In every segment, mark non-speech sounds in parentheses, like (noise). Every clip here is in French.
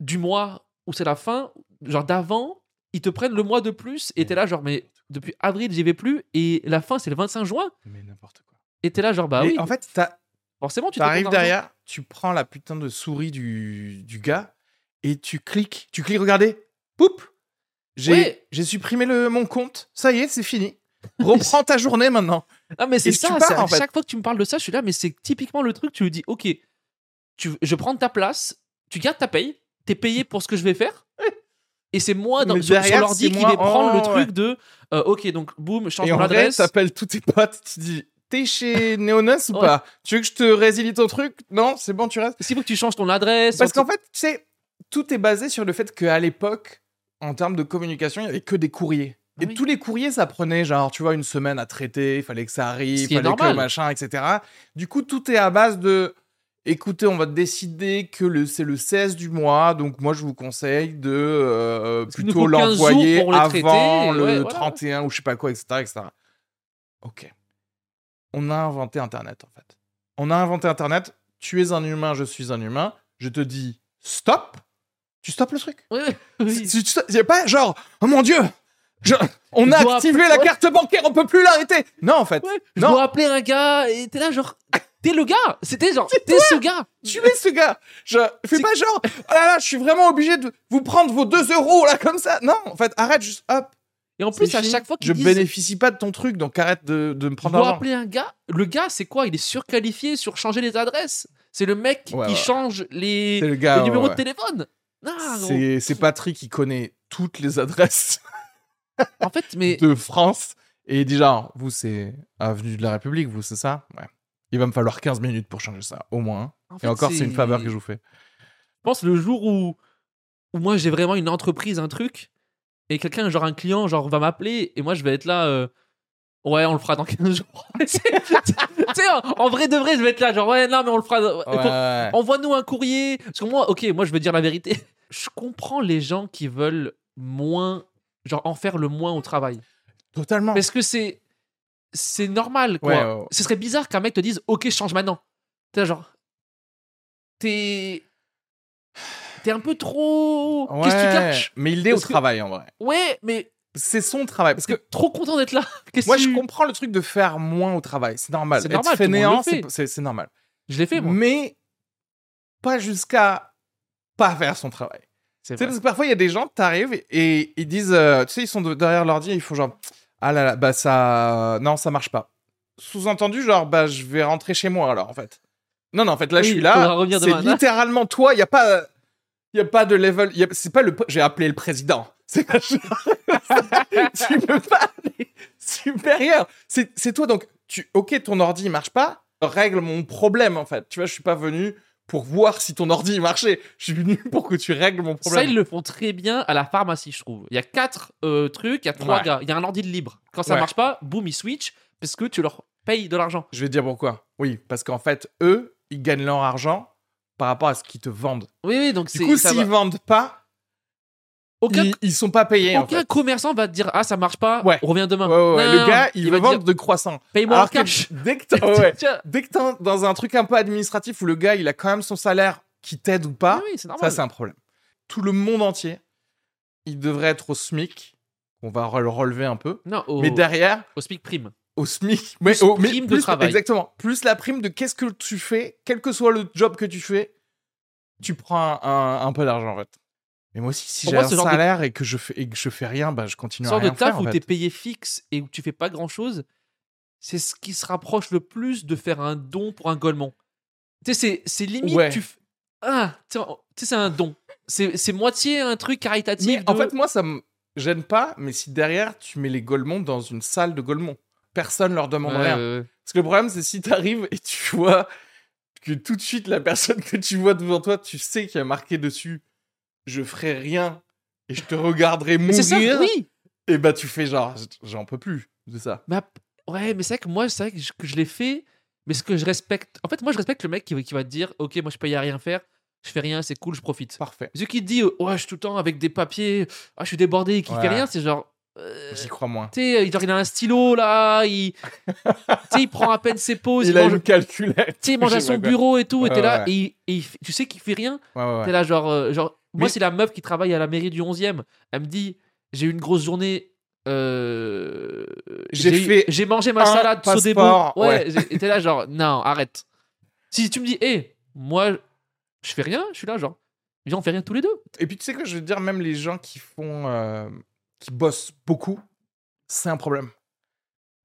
du mois où c'est la fin, genre d'avant, ils te prennent le mois de plus et t'es là genre mais depuis avril j'y vais plus et la fin c'est le 25 juin Mais n'importe quoi. et t'es là genre bah Et oui En fait, t'as- forcément tu t'arrives t'es content. derrière, tu prends la putain de souris du, du gars et tu cliques. Tu cliques, regardez. Poup J'ai Ouais. j'ai supprimé le, mon compte. Ça y est, c'est fini. Reprends ta journée maintenant. Ah, mais c'est tu ça, pars, c'est- à en fait. chaque fois que tu me parles de ça, je suis là, mais c'est typiquement le truc, tu lui dis, ok, tu, je prends ta place, tu gardes ta paye, t'es payé pour ce que je vais faire, et c'est moi dans, Mais sur, sur derrière, l'ordi c'est qui moi, vais prendre le oh, truc de, euh, ok, donc boum, change Et en mon vrai, adresse. t'appelles tous tes potes, tu dis T'es chez Neonos ou Ouais. pas Tu veux que je te résilie ton truc Non, c'est bon, tu restes. S'il faut que tu changes ton adresse, Parce ton- qu'en fait, tu sais, tout est basé sur le fait qu'à l'époque, en termes de communication, il n'y avait que des courriers. Ah Et oui. tous les courriers, ça prenait genre, tu vois, une semaine à traiter, il fallait que ça arrive, Ce il qui est fallait que normal. machin, etc. Du coup, tout est à base de écoutez, on va décider que le, c'est le 16 du mois, donc moi je vous conseille de euh, Parce qu'il nous plutôt faut 15 jours l'envoyer pour les avant traiter, le ouais, voilà. 31 ou je sais pas quoi, etc., etc. Ok. On a inventé Internet en fait. On a inventé Internet. Tu es un humain, je suis un humain. Je te dis stop. Tu stoppes le truc. Oui, (laughs) oui, oui. Tu- tu- Il n'y a pas genre oh mon dieu, je- on a Je dois activé appeler- la ouais. carte bancaire, on peut plus l'arrêter. Non en fait, Ouais, je Non. dois appeler un gars, et t'es là, genre, t'es le gars, c'était genre, t'es ce gars. tu es ce gars. Je fais C'est- pas genre ah là là, je suis vraiment obligé de vous prendre vos 2 euros là comme ça. Non en fait, arrête juste hop. Et en plus, c'est à fini. chaque fois je qu'ils disent, bénéficie pas de ton truc, donc arrête de, de me Je prendre dois l'argent. appeler un gars. Le gars, c'est quoi Il est surqualifié sur changer les adresses. C'est le mec Ouais, qui ouais. change les, C'est le gars. les ouais, numéros ouais. de téléphone. Ah, gros. C'est- c'est Patrick qui connaît toutes les adresses. En fait, mais de France. Et il dit genre, vous, c'est Avenue de la République, vous, c'est ça Ouais. Il va me falloir 15 minutes pour changer ça, au moins. en fait, Et encore, c'est une faveur que je vous fais. Je pense le jour où, où moi j'ai vraiment une entreprise, un truc, et quelqu'un, genre un client, genre va m'appeler, et moi je vais être là. euh, Ouais, on le fera dans 15 jours. (laughs) tu sais, en, en vrai de vrai, je vais être là, genre, ouais, non, mais on le fera. dans- Ouais, ouais. Envoie-nous un courrier. Parce que moi, ok, moi je veux dire la vérité. (laughs) Je comprends les gens qui veulent moins, genre en faire le moins au travail. Totalement. Parce que c'est c'est normal quoi. Ouais, ouais, ouais. Ce serait bizarre qu'un mec te dise OK, je change maintenant. T'es là, genre t'es t'es un peu trop. Qu'est-ce que tu Ouais. caches Mais il est au Parce que- travail, en vrai. Ouais, mais C'est son travail. Parce t'es que trop content d'être là. (laughs) Qu'est-ce moi, que je tu- comprends le truc de faire moins au travail. C'est normal. C'est Être normal, tout le monde fainéant, le fait. c'est- c'est c'est normal. Je l'ai fait moi. Mais pas jusqu'à pas faire son travail. C'est Tu sais, vrai. parce que parfois, il y a des gens, t'arrives et ils disent, euh, tu sais, ils sont de- derrière l'ordi et ils font genre, ah là là, bah ça, non, ça marche pas. Sous-entendu, genre, bah je vais rentrer chez moi alors, en fait. Non, non, en fait, là, je Oui, suis faudra là. revenir C'est demain, là. littéralement toi, il n'y a pas. Il n'y a pas de level. y a- C'est pas le. pr- J'ai appelé le président. C'est pas (laughs) tu peux pas aller supérieur. C'est c'est toi donc. Tu, ok, ton ordi il marche pas. Règle mon problème en fait. Tu vois, je suis pas venu pour voir si ton ordi il marchait. Je suis venu pour que tu règles mon Ça, problème. ils le font très bien à la pharmacie, je trouve. Il y a quatre euh, trucs, il y a trois Ouais. gars, il y a un ordi de libre. Quand ça Ouais. marche pas, boum, ils switch parce que tu leur payes de l'argent. Je vais te dire pourquoi. Oui, parce qu'en fait, eux, ils gagnent leur argent par rapport à ce qu'ils te vendent. Oui, oui, donc Du c'est. coup, ça s'ils va. vendent pas, Aucun, ils, ils sont pas payés. en aucun fait. commerçant va te dire Ah, ça marche pas, Ouais. on revient demain. Ouais, ouais, ouais. Non, le non, gars, non, il, il veut va vendre dire de croissants. Paye-moi en Alors que (laughs) cash. dès que t'as- ouais. Tiens. Dès que t'es dans un truc un peu administratif où le gars, il a quand même son salaire qui t'aide ou pas, Oui, oui, c'est normal. Ah, ça, c'est un problème. Tout le monde entier, il devrait être au SMIC. On va re- le relever un peu. Non, au, Mais derrière, au SMIC prime. au SMIC, mais, Plus au- mais prime de plus, travail. Exactement. Plus la prime de qu'est-ce que tu fais, quel que soit le job que tu fais, tu prends un, un- un peu d'argent en fait. Mais moi aussi, si Pour j'ai moi, un ce genre de- salaire et, que je fais, et que je fais rien, bah, je continue à Sort de rien taf faire. où en t'es fait. payé fixe et où tu fais pas grand chose, c'est ce qui se rapproche le plus de faire un don pour un golemon. Tu sais, c'est- c'est limite. Ouais. Tu f- ah, tu sais, tu sais, c'est un don. C'est c'est moitié un truc caritatif. Mais en de- fait, moi, ça me gêne pas, mais si derrière, tu mets les Golemons dans une salle de Golemons, personne leur demande Ouais, rien. ouais, ouais. Parce que le problème, c'est si t'arrives et tu vois que tout de suite, la personne que tu vois devant toi, tu sais qu'il y a marqué dessus « Je ferai rien et je te regarderai Mais mourir c'est ça, oui. et bah tu fais genre « J'en peux plus de ça Mais ap- ouais, mais c'est vrai que moi, c'est vrai que je, que je l'ai fait. Mais ce que je respecte, en fait, moi, je respecte le mec qui, qui va te dire, ok, moi, je paye à rien faire, je fais rien, c'est cool, je profite. ». Parfait. Celui qui te dit, euh, ouais, je suis tout le temps avec des papiers, ah, je suis débordé, et qui Ouais. fait rien, c'est genre. euh, J'y crois moins. Tu sais, il il a un stylo là, (laughs) il, tu sais, il prend à peine ses pauses, il, Il a mange, une calculette. tu sais, il mange (laughs) à je sais son pas quoi. bureau et tout, et Ouais, t'es là, ouais, et, il- et il fait- tu sais qu'il fait rien. Ouais, ouais, ouais. T'es là, genre, euh, genre moi, Mais- c'est la meuf qui travaille à la mairie du 11e. Elle me dit, j'ai eu une grosse journée. euh, J'ai eu- fait J'ai mangé ma un salade saut des passeport, Ouais, j'ai- et t'es là, genre, non, arrête. Si tu me dis, hé, moi, je fais rien, je suis là, genre, viens, on fait rien tous les deux. Et puis tu sais que je veux dire, même les gens qui font, euh, qui bossent beaucoup, c'est un problème.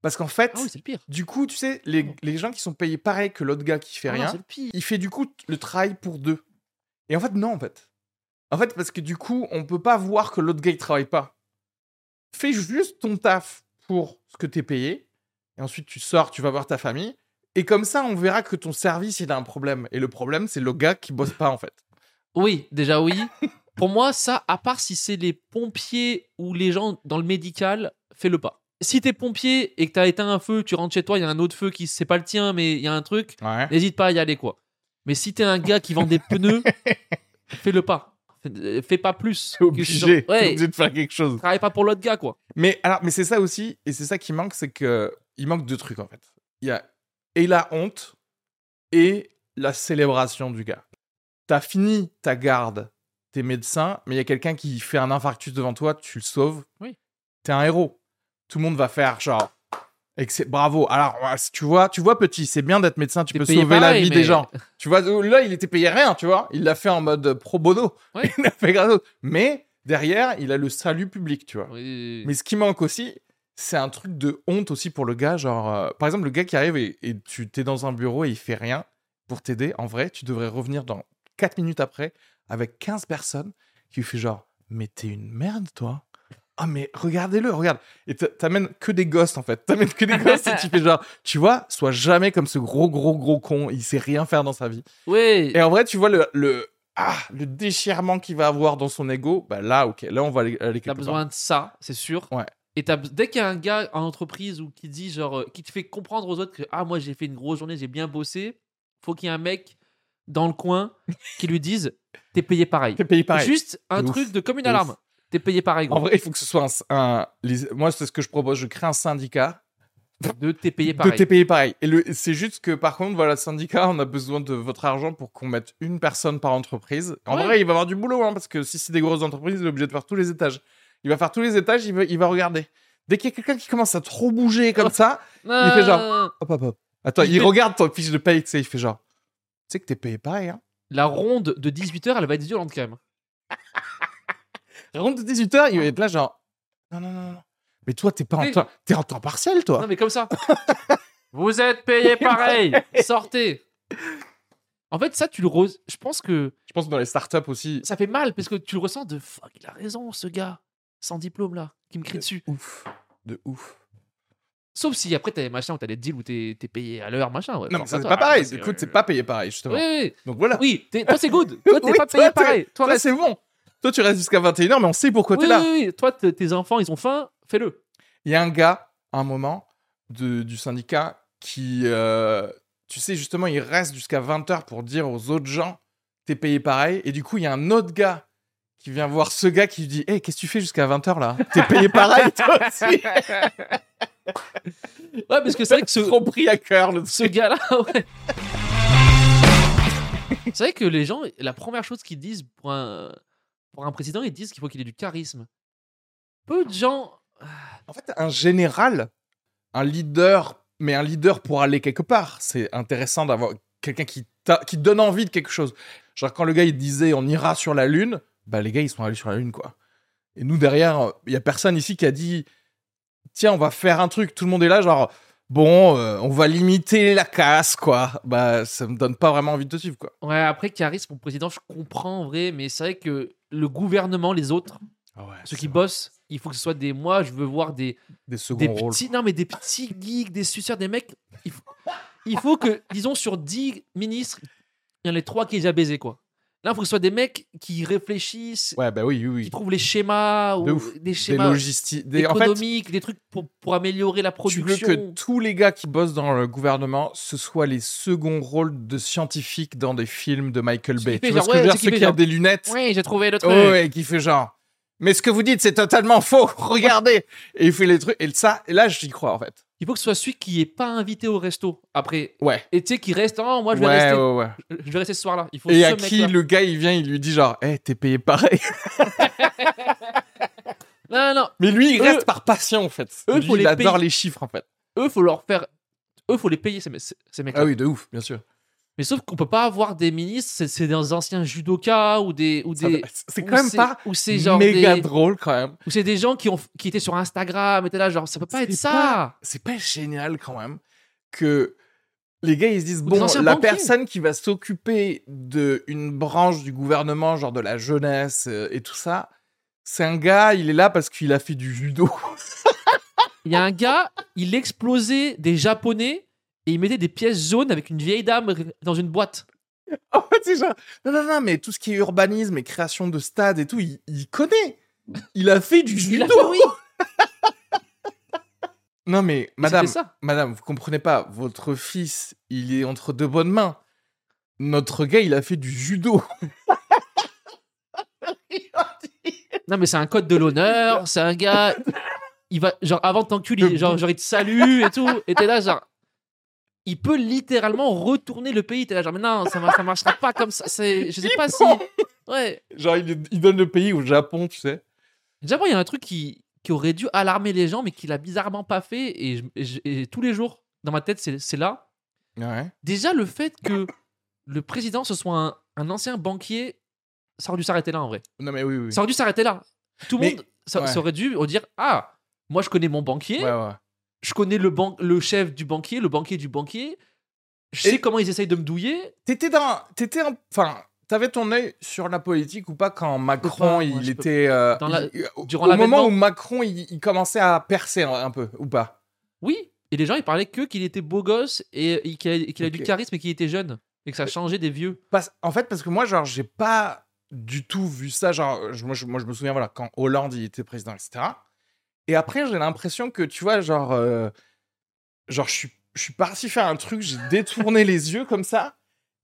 Parce qu'en fait, Ah oui, c'est le pire. du coup, tu sais, les, les gens qui sont payés pareil que l'autre gars qui fait Ah non, rien, c'est le pire. il fait du coup le travail pour deux. Et en fait, non, en fait. En fait, parce que du coup, on peut pas voir que l'autre gars il travaille pas. Fais juste ton taf pour ce que t'es payé, et ensuite tu sors, tu vas voir ta famille, et comme ça, on verra que ton service il a un problème. Et le problème, c'est le gars qui bosse pas en fait. Oui, déjà oui. (laughs) Pour moi, ça, à part si c'est les pompiers ou les gens dans le médical, fais le pas. Si t'es pompier et que t'as éteint un feu, tu rentres chez toi, il y a un autre feu qui, c'est pas le tien, mais il y a un truc, Ouais. n'hésite pas à y aller, quoi. Mais si t'es un gars qui vend (laughs) des pneus, fais le pas. Fais- Fais pas plus. T'es obligé, t'es Ouais, obligé de faire quelque chose. travaille pas pour l'autre gars, quoi. Mais alors, mais c'est ça aussi, et c'est ça qui manque, c'est que il manque deux trucs en fait. Il y a et la honte et la célébration du gars. T'as fini ta garde, t'es médecin, mais il y a quelqu'un qui fait un infarctus devant toi, tu le sauves. Oui. T'es un héros. Tout le monde va faire genre. exce- Bravo. Alors, ouais, si tu vois, tu vois, petit, c'est bien d'être médecin, tu T'es peux payé sauver la pareil, vie mais- des (laughs) gens. Tu vois, là, il était payé rien, tu vois. Il l'a fait en mode pro bono. Ouais. (laughs) Il l'a fait gratos. Mais derrière, il a le salut public, tu vois. Oui. Mais ce qui manque aussi, c'est un truc de honte aussi pour le gars. Genre, euh, par exemple, le gars qui arrive et, et tu t'es dans un bureau et il fait rien pour t'aider, en vrai, tu devrais revenir dans 4 minutes après avec 15 personnes qui lui fait genre, mais t'es une merde, toi. Ah, mais regardez-le, regarde. Et t'a- t'amènes que des gosses, en fait. (laughs) T'amènes que des gosses et tu fais genre, tu vois, sois jamais comme ce gros, gros, gros con. Il sait rien faire dans sa vie. Ouais. Et en vrai, tu vois le. le ah, le déchirement qu'il va avoir dans son ego, bah là, ok, là on va aller, aller T'as quelque part. besoin de ça, c'est sûr. Ouais. Et t'as- dès qu'il y a un gars en entreprise ou qui dit genre euh, qui te fait comprendre aux autres que ah moi j'ai fait une grosse journée, j'ai bien bossé, faut qu'il y ait un mec dans (laughs) le coin qui lui dise t'es payé pareil. T'es payé pareil. Juste un ouf, truc de comme une de ouf. alarme. T'es payé pareil. Gros. En vrai, il faut que ce soit un. un- les- moi, c'est ce que je propose. Je crée un syndicat de t'es payé de pareil. TPI pareil. Et le- c'est juste que, par contre, voilà, syndicat, on a besoin de votre argent pour qu'on mette une personne par entreprise. En Ouais. vrai, il va avoir du boulot, hein, parce que si c'est des grosses entreprises, il est obligé de faire tous les étages. Il va faire tous les étages, il va, il va regarder. Dès qu'il y a quelqu'un qui commence à trop bouger comme (laughs) ça, Non, fait genre- hop, hop, hop. Attends, Il il fait- regarde ton fiche de paye, tu sais, il fait genre. Tu sais que t'es payé pareil, hein. La ronde de 18h, elle va être violente quand même. Rentre de 18h, il va être là, genre. Non, non, non, non, non. Mais toi, t'es pas en Oui. temps, t'es en temps partiel, toi. (laughs) Non mais comme ça. Vous êtes payé pareil. Sortez. En fait, ça, tu le. re- Je pense que Je pense que dans les startups aussi. ça fait mal parce que tu le ressens de fuck, il a raison, ce gars, sans diplôme là, qui me crie dessus. Euh, Ouf. De ouf. Sauf si après, t'as des machins où t'as des deals où t'es t'es payé à l'heure, machin. ouais, Non, mais alors ça, ça, c'est toi, Ah, pas pareil. c'est- euh, Écoute, c'est pas payé pareil, justement. Oui, oui, Donc voilà. oui. (laughs) Oui, t'es- toi, c'est good. Toi, t'es Oui, pas payé toi, t'es- pareil. Toi, Toi, reste. c'est bon. Toi, tu restes jusqu'à 21h, mais on sait pourquoi Oui, t'es là. oui, oui. Toi, t- tes enfants, ils ont faim, fais-le. Il y a un gars, à un moment, de- du syndicat qui, euh, tu sais, justement, il reste jusqu'à 20h pour dire aux autres gens, t'es payé pareil. Et du coup, il y a un autre gars qui vient voir ce gars qui lui dit, hé, qu'est-ce que tu fais jusqu'à 20h là T'es payé pareil, toi (laughs) aussi Ouais, parce que c'est vrai que (laughs) ce, Trop pris à cœur, le ce gars-là, (laughs) ouais. C'est vrai que les gens, la première chose qu'ils disent pour un, pour un président, ils disent qu'il faut qu'il ait du charisme. Peu de gens. En fait, un général, un leader, mais un leader pour aller quelque part, c'est intéressant d'avoir quelqu'un qui, t'a- qui donne envie de quelque chose. Genre, quand le gars, il disait on ira sur la Lune, bah les gars, ils sont allés sur la Lune, quoi. Et nous, derrière, il y a personne ici qui a dit tiens, on va faire un truc. Tout le monde est là, genre bon, euh, on va limiter la casse, quoi. Bah, ça me donne pas vraiment envie de te suivre, quoi. Ouais, après, charisme pour président, je comprends en vrai, mais c'est vrai que le gouvernement, les autres, Ah ceux qui bossent, il faut que ce soit des. Moi, je veux voir des. Des seconds des rôles. petits, non mais des petits geeks, des suceurs, des mecs. Il faut, il faut que, disons, sur 10 ministres, il y en a trois qui les a baisés, quoi. Là, il faut que ce soit des mecs qui réfléchissent, Ouais, bah oui, oui, qui oui. trouvent les schémas, De ou ouf. des Des schémas logistiques. Des... En fait, économiques, des trucs pour, pour améliorer la Tu production. veux que tous les gars qui bossent dans le gouvernement, ce soit les seconds rôles de scientifiques dans des films de Michael Ce Bay. qui fait Tu vois genre, ce que je ouais, veux dire ce qui Ceux fait qui ont genre, des lunettes. Oui, j'ai trouvé le Oh, truc. ouais, qui fait genre. Mais ce que vous dites, c'est totalement (laughs) faux. Regardez. Et il fait les trucs. Et ça, et là, j'y crois, en fait. Il faut que ce soit celui qui est pas invité au resto après. Ouais. Et tu sais, qui reste. Oh, moi, je vais ouais, rester. ouais, ouais. Je vais rester ce soir-là. Il faut Et ce à qui mec-là. le gars, il vient, il lui dit genre, hé, t'es payé pareil. (laughs) Non, non, Mais lui, il Eux- reste par passion, en fait. eux, Lui, faut il les adore payer. les chiffres, en fait. non. Eux, faut leur faire. Eux, faut les payer, ces, me- ces ces mecs-là. Ah oui, de ouf, bien sûr. Mais sauf qu'on peut pas avoir des ministres, c'est, c'est des anciens judokas ou des ou Ça- des C'est ou quand même c'est- pas ou c'est genre méga des, drôle, quand même. ou c'est des gens qui ont qui étaient sur Instagram et t'es là genre ça peut pas C'est être ça. c'est pas génial quand même que les gars ils se disent Ou des bon anciens la banquiers. personne qui va s'occuper de une branche du gouvernement genre de la jeunesse euh, et tout ça c'est un gars il est là parce qu'il a fait du judo (laughs) Il y a un gars, il explosait des japonais et il mettait des pièces jaunes avec une vieille dame dans une boîte. en fait c'est genre non non non mais tout ce qui est urbanisme et création de stades et tout il, il connaît il a fait du Il judo a fait oui. (laughs) non mais madame C'était ça. madame vous comprenez pas votre fils il est entre deux bonnes mains notre gars il a fait du judo Non mais c'est un code de l'honneur, c'est un gars il va genre avant de t'enculer, Le- genre, genre il te salue et tout et t'es là genre il peut littéralement retourner le pays, t'es là genre mais non, ça mar- ça marchera pas comme ça, c'est je sais pas (laughs) Ah, si ouais. genre il, il donne le pays au Japon tu sais Déjà, moi, il y a un truc qui, qui aurait dû alarmer les gens, mais qu'il a bizarrement pas fait. Et, je- et je- et tous les jours, dans ma tête, c'est c'est là. ouais Déjà, le fait que le président, ce soit un, un ancien banquier, ça aurait dû s'arrêter là, en vrai. Non, mais oui, oui. oui. Ça aurait dû s'arrêter là. Tout le Mais- monde ça, ouais. ça aurait dû dire Ah, moi, je connais mon banquier, Ouais, ouais. je connais le, ban- le chef du banquier, le banquier du banquier. Je Et- sais comment ils essayent de me douiller. T'étais dans. T'étais en- Enfin. T'avais ton œil sur la politique ou pas quand Macron pas, moi, il je peux- était euh, Dans la- il- au- durant au moment l'avènement. où Macron il, il commençait à percer un, un peu ou pas Oui. Et les gens, ils parlaient que qu'il était beau gosse et, et qu'il a, et qu'il a du Ok. charisme et qu'il était jeune. Et que ça changeait des vieux. Parce- en fait parce que moi genre j'ai pas du tout vu ça genre euh, je- moi, je, moi je me souviens voilà quand Hollande il était président etc et après j'ai l'impression que tu vois genre euh, genre je suis je suis parti faire un truc j'ai détourné les yeux comme ça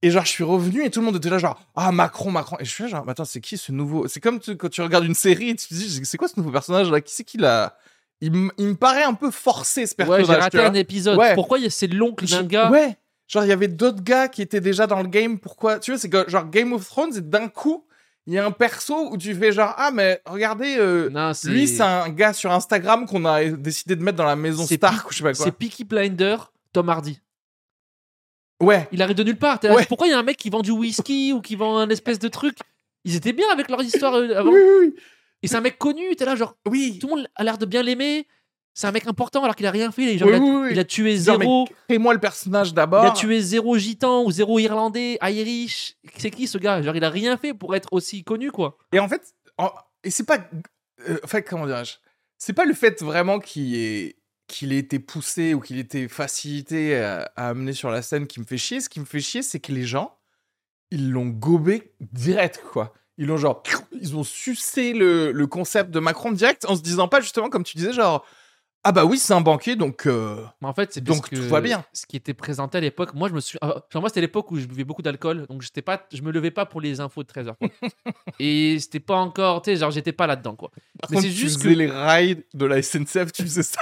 et genre je suis revenu et tout le monde était là genre ah Macron Macron et je suis là genre Mais attends c'est qui ce nouveau c'est comme tu- quand tu regardes une série et tu te dis c'est quoi ce nouveau personnage là qui c'est qui l'a il, m- il me paraît un peu forcé ce Ouais, personnage j'ai tu raté vois. un épisode. Ouais. Pourquoi il y a- c'est l'oncle Je- d'un gars Ouais. Genre, il y avait d'autres gars qui étaient déjà dans le game. Pourquoi Tu vois, c'est que, genre Game of Thrones, et d'un coup, il y a un perso où tu fais genre, ah, mais regardez, euh, Non, c'est- lui, c'est un gars sur Instagram qu'on a décidé de mettre dans la maison C'est Stark ou je sais pas quoi. c'est Peaky Blinder, Tom Hardy. Ouais. Il arrive de nulle part. T'es là, Ouais. Pourquoi il y a un mec qui vend du whisky ou qui vend un espèce de truc Ils étaient bien avec leur histoire euh, avant. Oui, oui, oui. Et c'est un mec connu. T'es là, genre, Oui. tout le monde a l'air de bien l'aimer. C'est un mec important alors qu'il a rien fait. les gens, Oui, il, a, oui, oui. il a tué Non, mais zéro. Crée-moi le personnage Il a d'abord. tué zéro gitan ou zéro irlandais, irish. C'est qui ce gars Genre, il a rien fait pour être aussi connu, quoi. Et en fait, en- et c'est pas. euh, en fait, comment dirais-je C'est pas le fait vraiment qu'il ait, qu'il ait été poussé ou qu'il ait été facilité à, à amener sur la scène qui me fait chier. Ce qui me fait chier, c'est que les gens, ils l'ont gobé direct, quoi. Ils l'ont genre. Ils ont sucé le, le concept de Macron direct en se disant pas justement, comme tu disais, genre. Ah bah oui, c'est un banquier, donc. euh, Mais en fait, c'est parce Donc, que tout va bien. Ce qui était présenté à l'époque, moi, je me suis. ah, genre, moi, c'était l'époque où je buvais beaucoup d'alcool, donc j'étais pas, je me levais pas pour les infos de 13h. (laughs) Et c'était pas encore, tu sais, genre, j'étais pas là-dedans, quoi. Par Mais contre, c'est tu juste faisais que- les rides de la SNCF, tu faisais ça.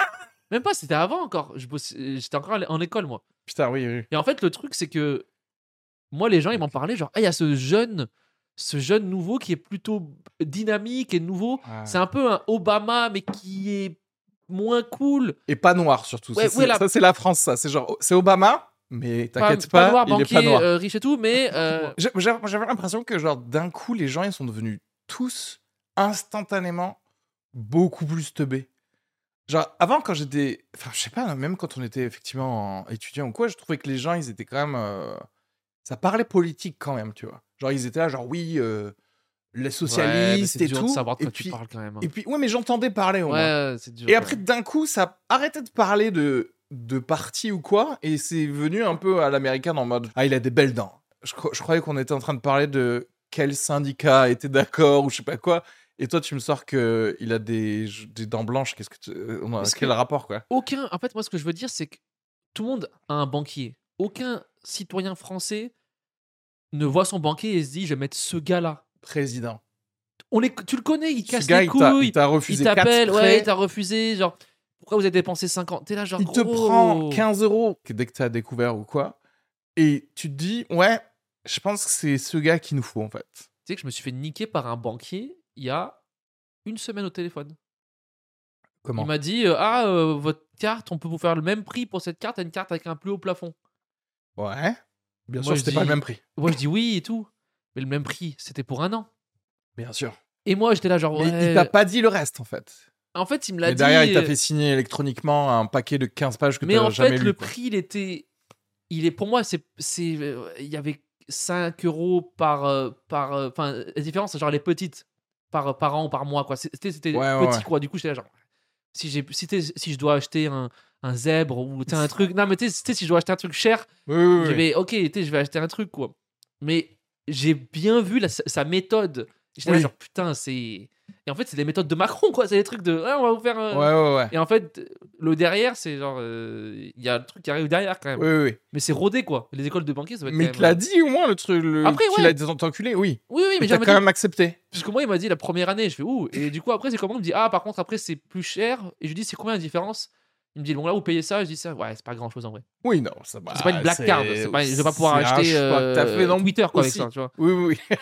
Même pas, c'était avant encore. Je bossais- J'étais encore en école, moi. Putain, oui, oui. Et en fait, le truc, c'est que moi, les gens, ils m'en parlaient, genre, Ah, il y a ce jeune, ce jeune nouveau qui est plutôt dynamique et nouveau. C'est un peu un Obama, mais qui est moins cool. Et pas noir surtout. Ouais, ça, ouais, c'est- la- ça, c'est la France, ça. C'est genre, c'est Obama, mais t'inquiète pas, noir, il banquier, est pas noir. euh, riche et tout, (laughs) mais euh, J'ai- j'ai- J'avais l'impression que genre d'un coup, les gens ils sont devenus tous instantanément beaucoup plus teubés. Genre avant quand j'étais, enfin je sais pas, même quand on était effectivement en- étudiant ou quoi, je trouvais que les gens ils étaient quand même, euh, ça parlait politique quand même, tu vois. Genre ils étaient là, genre oui, euh, les ouais, mais socialistes c'est et dur tout. de savoir de et quoi puis, tu parles quand même. hein. et puis ouais, mais j'entendais parler au moins. Ouais, c'est dur. Et quand après, même. d'un coup, ça arrêtait de parler de, de parti ou quoi, et c'est venu un peu à l'américaine en mode Ah, il a des belles dents. Je, cro- je croyais qu'on était en train de parler de quel syndicat était d'accord ou je sais pas quoi. Et toi, tu me sors que il a des, des dents blanches. Qu'est-ce que tu- euh, on a, Parce quel que- rapport quoi Aucun, en fait, moi, ce que je veux dire, c'est que tout le monde a un banquier. Aucun citoyen français ne voit son banquier et se dit, je vais mettre ce gars-là. Président. On les, tu le connais, il Ce casse gars, les il t'a- couilles. il t'a Il refusé. quatre t'appelle, prêts. ouais, il t'a refusé, genre pourquoi vous avez dépensé 50 T'es là genre Il te gros. prend 15 euros que dès que t'as découvert ou quoi, et tu te dis ouais, je pense que c'est ce gars qu'il nous faut en fait. Tu sais que je me suis fait niquer par un banquier il y a une semaine au téléphone. Comment Il m'a dit euh, ah euh, votre carte, on peut vous faire le même prix pour cette carte, à une carte avec un plus haut plafond. Ouais. Bien Moi, sûr, je c'était dis- pas le même prix. Moi je dis oui et tout, mais le même prix, c'était pour un an. Bien sûr. Et moi j'étais là genre Mais ouais. il t'a pas dit le reste en fait. En fait il me l'a Mais dit. derrière, il t'a euh, fait signer électroniquement un paquet de 15 pages que mais t'as en jamais fait lu. le quoi. prix il était, il est pour moi c'est c'est euh, il y avait 5 euros par euh, par euh, enfin la différence genre les petites par par an ou par mois quoi c'était c'était Ouais, ouais, petit ouais. quoi du coup j'étais là, genre si j'ai si, t'es- si je dois acheter un un zèbre ou t'as un truc non mais tu sais tu sais, si je dois acheter un truc cher Oui, oui, oui, je vais ok tu sais, je vais acheter un truc quoi mais j'ai bien vu la- sa- sa méthode j'étais là Oui. genre putain c'est et en fait c'est des méthodes de Macron quoi c'est des trucs de Ah, on va vous faire Ouais, euh, ouais, ouais. et en fait, le derrière, c'est genre. euh, Il y a le truc qui arrive derrière quand même. Oui, oui, oui. Mais c'est rodé quoi. Les écoles de banquiers, ça va être. Mais quand il te même, l'a euh, dit au moins le truc. Le... Après, Qu'il ouais. a des enculé, oui. Oui, oui, mais Mais j'ai t'as envie de quand dire- même accepté. Parce que moi, il m'a dit la première année. Je fais ouh. Et du coup, après, c'est comment Il me dit ah, par contre, après, c'est plus cher. Et je lui dis c'est combien la différence Il me dit bon, là, vous payez ça. Je dis ça. Ouais, c'est pas grand chose en vrai. Oui, non, ça va. c'est pas une black card. C'est pas- je vais pas pouvoir Bah, c'est un acheter choix que t'as euh, fait, non Twitter quoi, avec aussi. ça. Tu vois. Oui, oui, oui.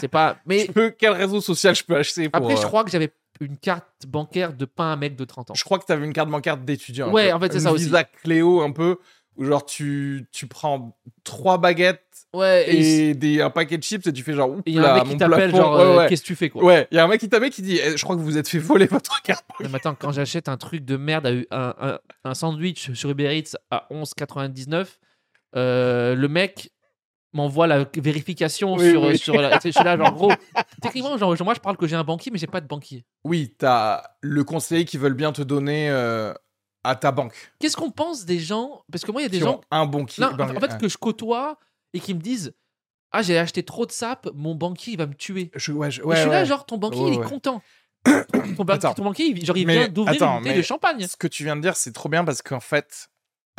C'est pas. Mais Je peux- Quel réseau social je peux acheter pour, après, je euh, crois que j'avais une carte bancaire de pas un mec de 30 ans. Je crois que t'avais une carte bancaire d'étudiant. un Ouais, peu. en fait, c'est Une ça aussi. Visa Cléo un peu, où genre tu, tu prends trois baguettes Ouais. Et et des, un paquet de chips et tu fais genre, oups, il y a un là, mec mon qui t'appelle plafond, genre ouais, euh, ouais. qu'est-ce que tu fais quoi Ouais, il y a un mec qui t'appelle qui dit eh, Je crois que vous vous êtes fait voler votre carte. Non, mais attends, quand j'achète un truc de merde, à u- un, un, un sandwich sur Uber Eats à 11,99, euh, le mec m'envoie la vérification Oui, sur, oui. sur la. Je suis là, (laughs) genre, gros. Techniquement, genre, genre, moi, je parle que j'ai un banquier, mais j'ai pas de banquier. Oui, t'as le conseiller qui veulent bien te donner euh, à ta banque. Qu'est-ce qu'on pense des gens Parce que moi, il y a des Qui gens ont un bon qui. non, ben, en fait, euh, que je côtoie et qui me disent Ah, j'ai acheté trop de sap, mon banquier, il va me tuer. je, ouais, je, Et je ouais, suis là, ouais. genre, ton banquier, Ouais, il est ouais. (coughs) content. ton, ban- Attends. ton banquier, il- genre, il Mais- vient d'ouvrir une attends, bouteille mais- de champagne. Ce que tu viens de dire, c'est trop bien parce qu'en fait,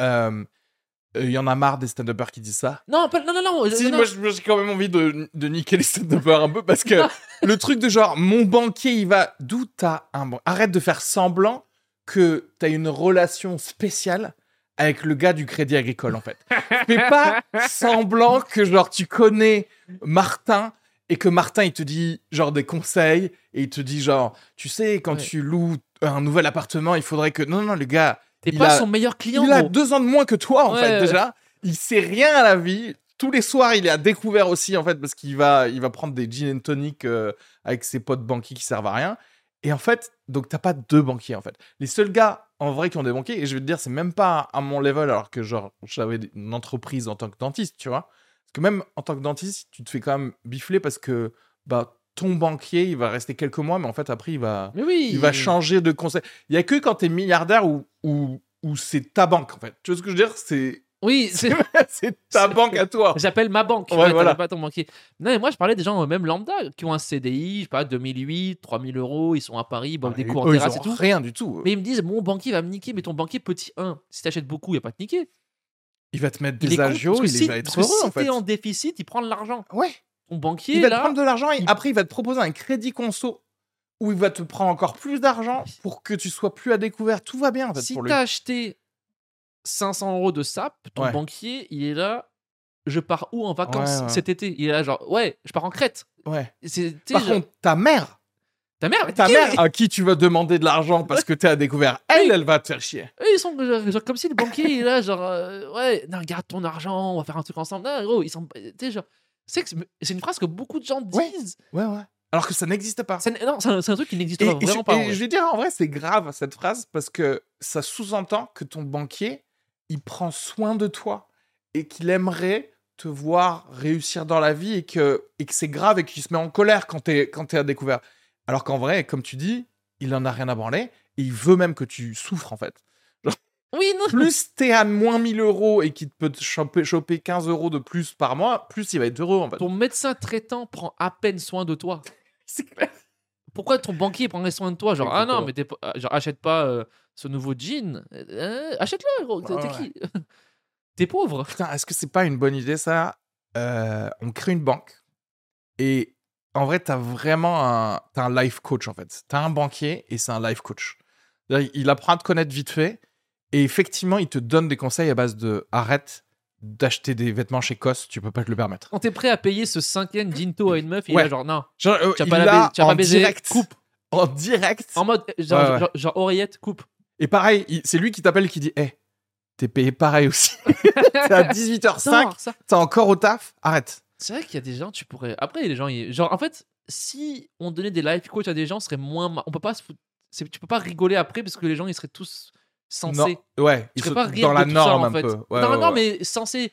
euh, euh, il y en a marre des stand-uppers qui disent ça. Non, pas- non, non, non. Si, non, non. moi je- moi, j'ai quand même envie de, de niquer les stand-uppers un peu parce que (laughs) le truc de genre mon banquier il va d'où t'as un ban- Arrête de faire semblant que t'as une relation spéciale avec le gars du Crédit Agricole (laughs) en fait. Fais pas semblant que genre tu connais Martin et que Martin il te dit genre des conseils et il te dit genre tu sais quand Ouais. tu loues un nouvel appartement il faudrait que non non le gars T'es il pas a- son meilleur client, il a gros. deux ans de moins que toi, en Ouais, fait, ouais. déjà. Il sait rien à la vie. Tous les soirs, il est à découvert aussi, en fait, parce qu'il va, il va prendre des gin and tonic euh, avec ses potes banquiers qui servent à rien. Et en fait, donc, t'as pas deux banquiers, en fait. Les seuls gars en vrai qui ont débranqué. Et je vais te dire, c'est même pas à mon level, alors que genre, j'avais une entreprise en tant que dentiste, tu vois. Parce que même en tant que dentiste, tu te fais quand même bifler parce que bah, ton banquier, il va rester quelques mois, mais en fait, après, il va, Mais oui. il va changer de conseil. Il y a que quand t'es milliardaire ou, ou, ou c'est ta banque, en fait. Tu vois ce que je veux dire C'est Oui, c'est- (laughs) c'est (laughs) ta C'est- banque à toi. (laughs) j'appelle ma banque. Ouais, Ouais, t'appelles voilà. pas ton banquier. Non, mais moi, je parlais des gens euh, même lambda qui ont un CDI, je sais pas, 2008, 3000 euros, ils sont à Paris, ils boivent des Ah, Eux, cours en ils terrasse ont et tout. Rien du tout. Mais ils me disent, mon banquier va me niquer, mais ton banquier petit 1, si t'achètes beaucoup, il va pas te niquer. Il va te mettre il est des con, agios, parce que il si, va parce être que heureux, si en t'es fait. en déficit, il prend de l'argent. Ouais. Ton banquier, Il va là, te prendre de l'argent et il- après il va te proposer un crédit conso où il va te prendre encore plus d'argent pour que tu sois plus à découvert. Tout va bien en fait si pour lui. t'as acheté 500 euros de SAP, ton Ouais. banquier, il est là, je pars où en vacances Ouais, ouais. cet été Il est là, genre, ouais, je pars en Crète. Ouais. C'est- tu sais, Par je- contre, ta mère, ta mère, mais ta qui- mère à qui tu vas demander de l'argent (laughs) parce que t'es à découvert, elle, elle va te faire chier. Eux, ils sont genre, genre comme si le banquier il est là, genre, euh, ouais, non, garde ton argent, on va faire un truc ensemble. Non, gros, ils sont. Tu sais, genre. C'est que c'est- c'est une phrase que beaucoup de gens Ouais. disent. Ouais, ouais. Alors que ça n'existe pas. Ça n- non, C'est un, c'est un truc qui n'existe Et, pas, et je, vraiment pas. en et vrai. je vais dire en vrai, c'est grave cette phrase parce que ça sous-entend que ton banquier, il prend soin de toi et qu'il aimerait te voir réussir dans la vie et que, et que c'est grave et qu'il se met en colère quand t'es quand t'es à découvert. Alors qu'en vrai, comme tu dis, il en a rien à branler et il veut même que tu souffres en fait. Oui, non. (laughs) Plus t'es à moins 1000 euros et qu'il peut te choper, choper 15 euros de plus par mois, plus il va être heureux en fait. Ton médecin traitant prend à peine soin de toi. C'est clair. Pourquoi ton banquier prendrait soin de toi Genre, ah non, Exactement. mais t'es pas- ah, genre, achète pas euh, ce nouveau jean. Euh, Achète-le, gros. T'es Ouais, t'es ouais. qui (laughs) T'es pauvre. Putain, est-ce que c'est pas une bonne idée ça Euh, On crée une banque et en vrai, t'as vraiment un, t'as un life coach en fait. T'as un banquier et c'est un life coach. C'est-à-dire, Il apprend à te connaître vite fait et effectivement, il te donne des conseils à base de arrête d'acheter des vêtements chez Cos, tu peux pas te le permettre. Quand t'es prêt à payer ce cinquième ginto à une meuf, il Ouais. est là, genre, non. Genre, euh, Tu as il pas la l'a baise- tu as pas en baisé, direct, coupe. en direct. En mode, euh, genre, Ouais, ouais. genre- genre oreillette, coupe. Et pareil, il- c'est lui qui t'appelle qui dit, hé, t'es payé pareil aussi. (laughs) t'es à 18h05, Sors, ça. t'es encore au taf, arrête. C'est vrai qu'il y a des gens, tu pourrais. Après, les gens, ils- genre, en fait, si on donnait des life coach à des gens, ce serait moins. mar- On peut pas se foutre- c'est- Tu peux pas rigoler après parce que les gens, ils seraient tous sensés. Non, ouais, ils tu peux sont pas rire dans de la tout norme ça, un en fait. peu. Ouais, ouais, non, ouais. non, mais sensés.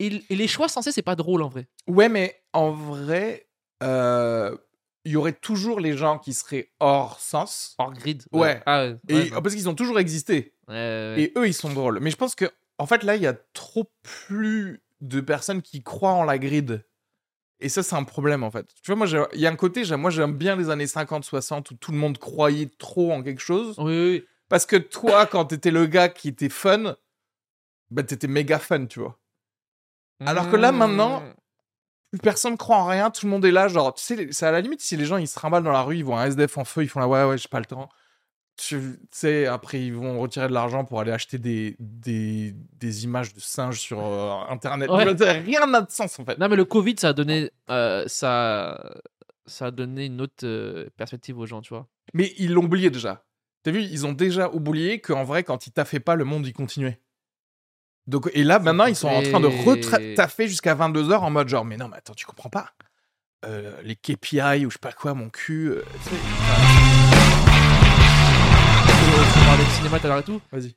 Et, et les choix sensés, c'est pas drôle en vrai. Ouais, mais en vrai, euh, il y aurait toujours les gens qui seraient hors sens. Hors grid. Ouais. Ah, ouais. Et, Ouais, bah, Parce qu'ils ont toujours existé. ouais, ouais. Et eux, ils sont drôles. Mais je pense que, en fait, là, il y a trop plus de personnes qui croient en la grid. Et ça, c'est un problème, en fait. Tu vois, moi, j'ai- il y a un côté, j'aime- moi, j'aime bien les années 50-60 où tout le monde croyait trop en quelque chose. Oui, oui, oui. Parce que toi, quand t'étais le gars qui était fun, bah, t'étais méga fun, tu vois. Alors que là, maintenant, Mmh. Plus personne croit en rien, tout le monde est là, genre, tu sais, les- c'est à la limite si les gens ils se trimballent dans la rue, ils voient un SDF en feu, ils font là, ouais, ouais, j'ai pas le temps. Tu tu sais, après ils vont retirer de l'argent pour aller acheter des, des, des images de singes sur euh, internet. Ouais. Je veux dire, (laughs) Rien n'a de sens en fait. Non, mais le Covid, ça a donné. euh, ça... ça a donné une autre euh, perspective aux gens, tu vois. Mais ils l'ont oublié déjà. T'as vu, ils ont déjà oublié qu'en vrai, quand ils taffaient pas, le monde y continuait. Donc, et là, maintenant, ils sont en train de Et- retaffer jusqu'à 22h en mode genre, mais non, mais attends, tu comprends pas. Euh, les KPI ou je sais pas quoi, mon cul. euh, tu sais. On parlait de cinéma tout à l'heure et tout. Vas-y.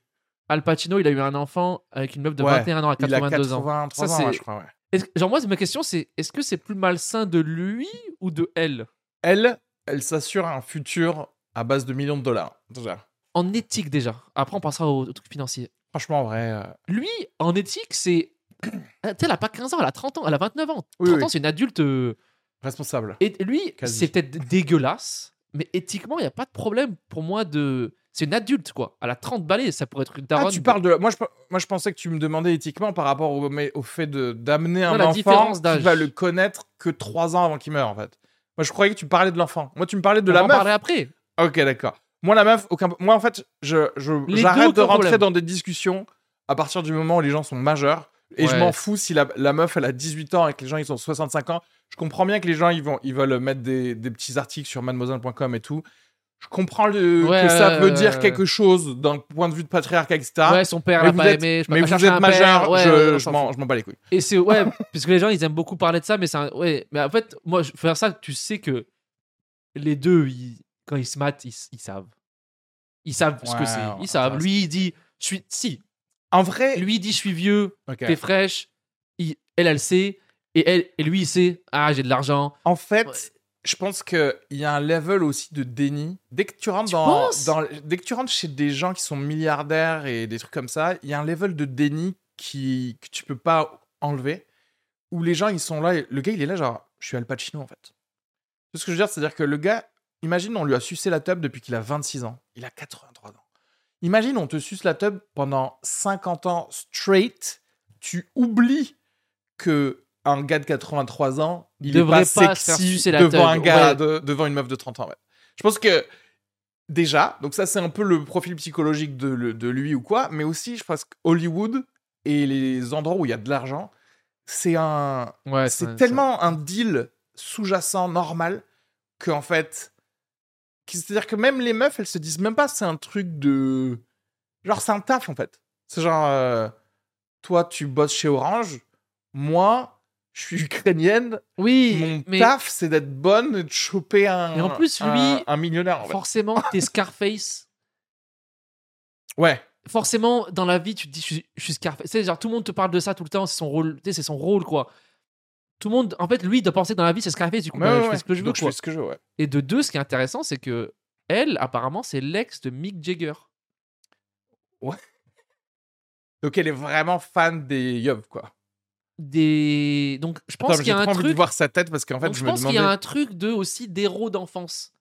Al Pacino, il a eu un enfant avec une meuf de Ouais, 21 ans à 82 ans. Ça, 83 ans, c'est- ouais, je crois. ouais. Est-ce- genre, moi, ma question, c'est est-ce que c'est plus malsain de lui ou de elle Elle, elle s'assure un futur à base de millions de dollars, déjà. En éthique, déjà. Après, on passera au, au truc financier. Franchement, en vrai. euh, Lui, en éthique, c'est. (clears throat) Ah, Tu sais, elle a pas 15 ans, elle a 30 ans, elle a 29 ans. 30 Oui, oui. ans, c'est une adulte. euh, responsable. Et lui, Quasi. c'est peut-être dégueulasse, mais éthiquement, il n'y a pas de problème pour moi de. C'est une adulte, quoi. Elle a 30 balais, ça pourrait être une Ah, daronne. tu parles de. Moi je, pe- moi, je pensais que tu me demandais éthiquement par rapport au, mais au fait de- d'amener un Non, la enfant différence qui d'âge. va le connaître que 3 ans avant qu'il meure, en fait. Moi, je croyais que tu parlais de l'enfant. Moi, tu me parlais de On la va en meuf. parler après. Ok, d'accord. Moi, la meuf, aucun. Moi, en fait, je je- Les deux, j'arrête de aucun rentrer problème. dans des discussions à partir du moment où les gens sont majeurs. Et je Ouais. m'en fous si la, la meuf, elle a 18 ans et que les gens, ils ont 65 ans. Je comprends bien que les gens, ils, vont, ils veulent mettre des, des petits articles sur mademoiselle.com et tout. Je comprends le- Ouais, que ça ouais, veut ouais, dire ouais. quelque chose d'un point de vue de patriarcat, etc. ouais, son père Ah. mais l'a vous pas êtes- aimé. je peux mais pas vous chercher êtes un majeur, père, ouais, je, ouais, on je s'en m'en je m'en bats les couilles. Et c'est ouais, parce que les gens ils aiment beaucoup parler de ça, mais c'est un- ouais. Mais en fait, moi, je, faire ça, tu sais que les deux, ils- quand ils se matent, ils, ils savent. Ils savent ce que Ouais, c'est. alors, Ils savent. attends, Lui, il dit je suis. Si. En vrai, (laughs) Lui, il dit je suis vieux, Ok. t'es fraîche. Il- elle, elle sait. Et, elle, et lui, il sait. Ah, j'ai de l'argent. en fait, Ouais. je pense qu'il y a un level aussi de déni. Dès que tu rentres, Tu dans, penses dans- dès que tu rentres chez des gens qui sont milliardaires et des trucs comme ça, il y a un level de déni qui, que tu peux pas enlever. Où les gens, ils sont là. et le gars, il est là, genre, je suis Al Pacino, en fait. Tu vois ce que je veux dire C'est-à-dire que le gars, imagine, on lui a sucé la tub depuis qu'il a 26 ans. Il a 83 ans. Imagine, on te suce la tub pendant 50 ans straight. Tu oublies que un gars de 83 ans, il Devrait est pas, pas se faire sexy sucer la devant un teub, gars, ouais. de- devant une meuf de 30 ans. ouais. Je pense que déjà, donc ça c'est un peu le profil psychologique de, le- de lui ou quoi, mais aussi je pense que Hollywood et les endroits où il y a de l'argent, c'est un, Ouais, c'est tellement un deal sous-jacent normal que en fait, qui- c'est-à-dire que même les meufs, elles se disent même pas c'est un truc de genre c'est un taf en fait. C'est genre euh, toi tu bosses chez Orange, moi je suis ukrainienne, Oui, mon mais taf c'est d'être bonne et de choper un Mais en plus, lui, un, un millionnaire en fait. forcément, t'es Scarface. Ouais. Forcément, dans la vie, tu te dis, je suis, je suis Scarface. Tu sais, genre, tout le monde te parle de ça tout le temps. C'est son rôle. Tu sais, c'est son rôle, quoi. Tout le monde, en fait, lui, il doit penser que dans la vie, c'est Scarface. Du coup, Ouais, bah, ouais, je ouais. fais ce que je veux, Donc, quoi. fais ce que je veux, ouais. Et de deux, ce qui est intéressant, c'est que elle, apparemment, c'est l'ex de Mick Jagger. Donc elle est vraiment fan des yeux quoi. Des... Donc, je pense Putain, mais qu'il j'ai y a un trop envie de truc. voir sa tête parce qu'en fait donc, je, je me pense demandais qu'il y a un truc de aussi d'héros d'enfance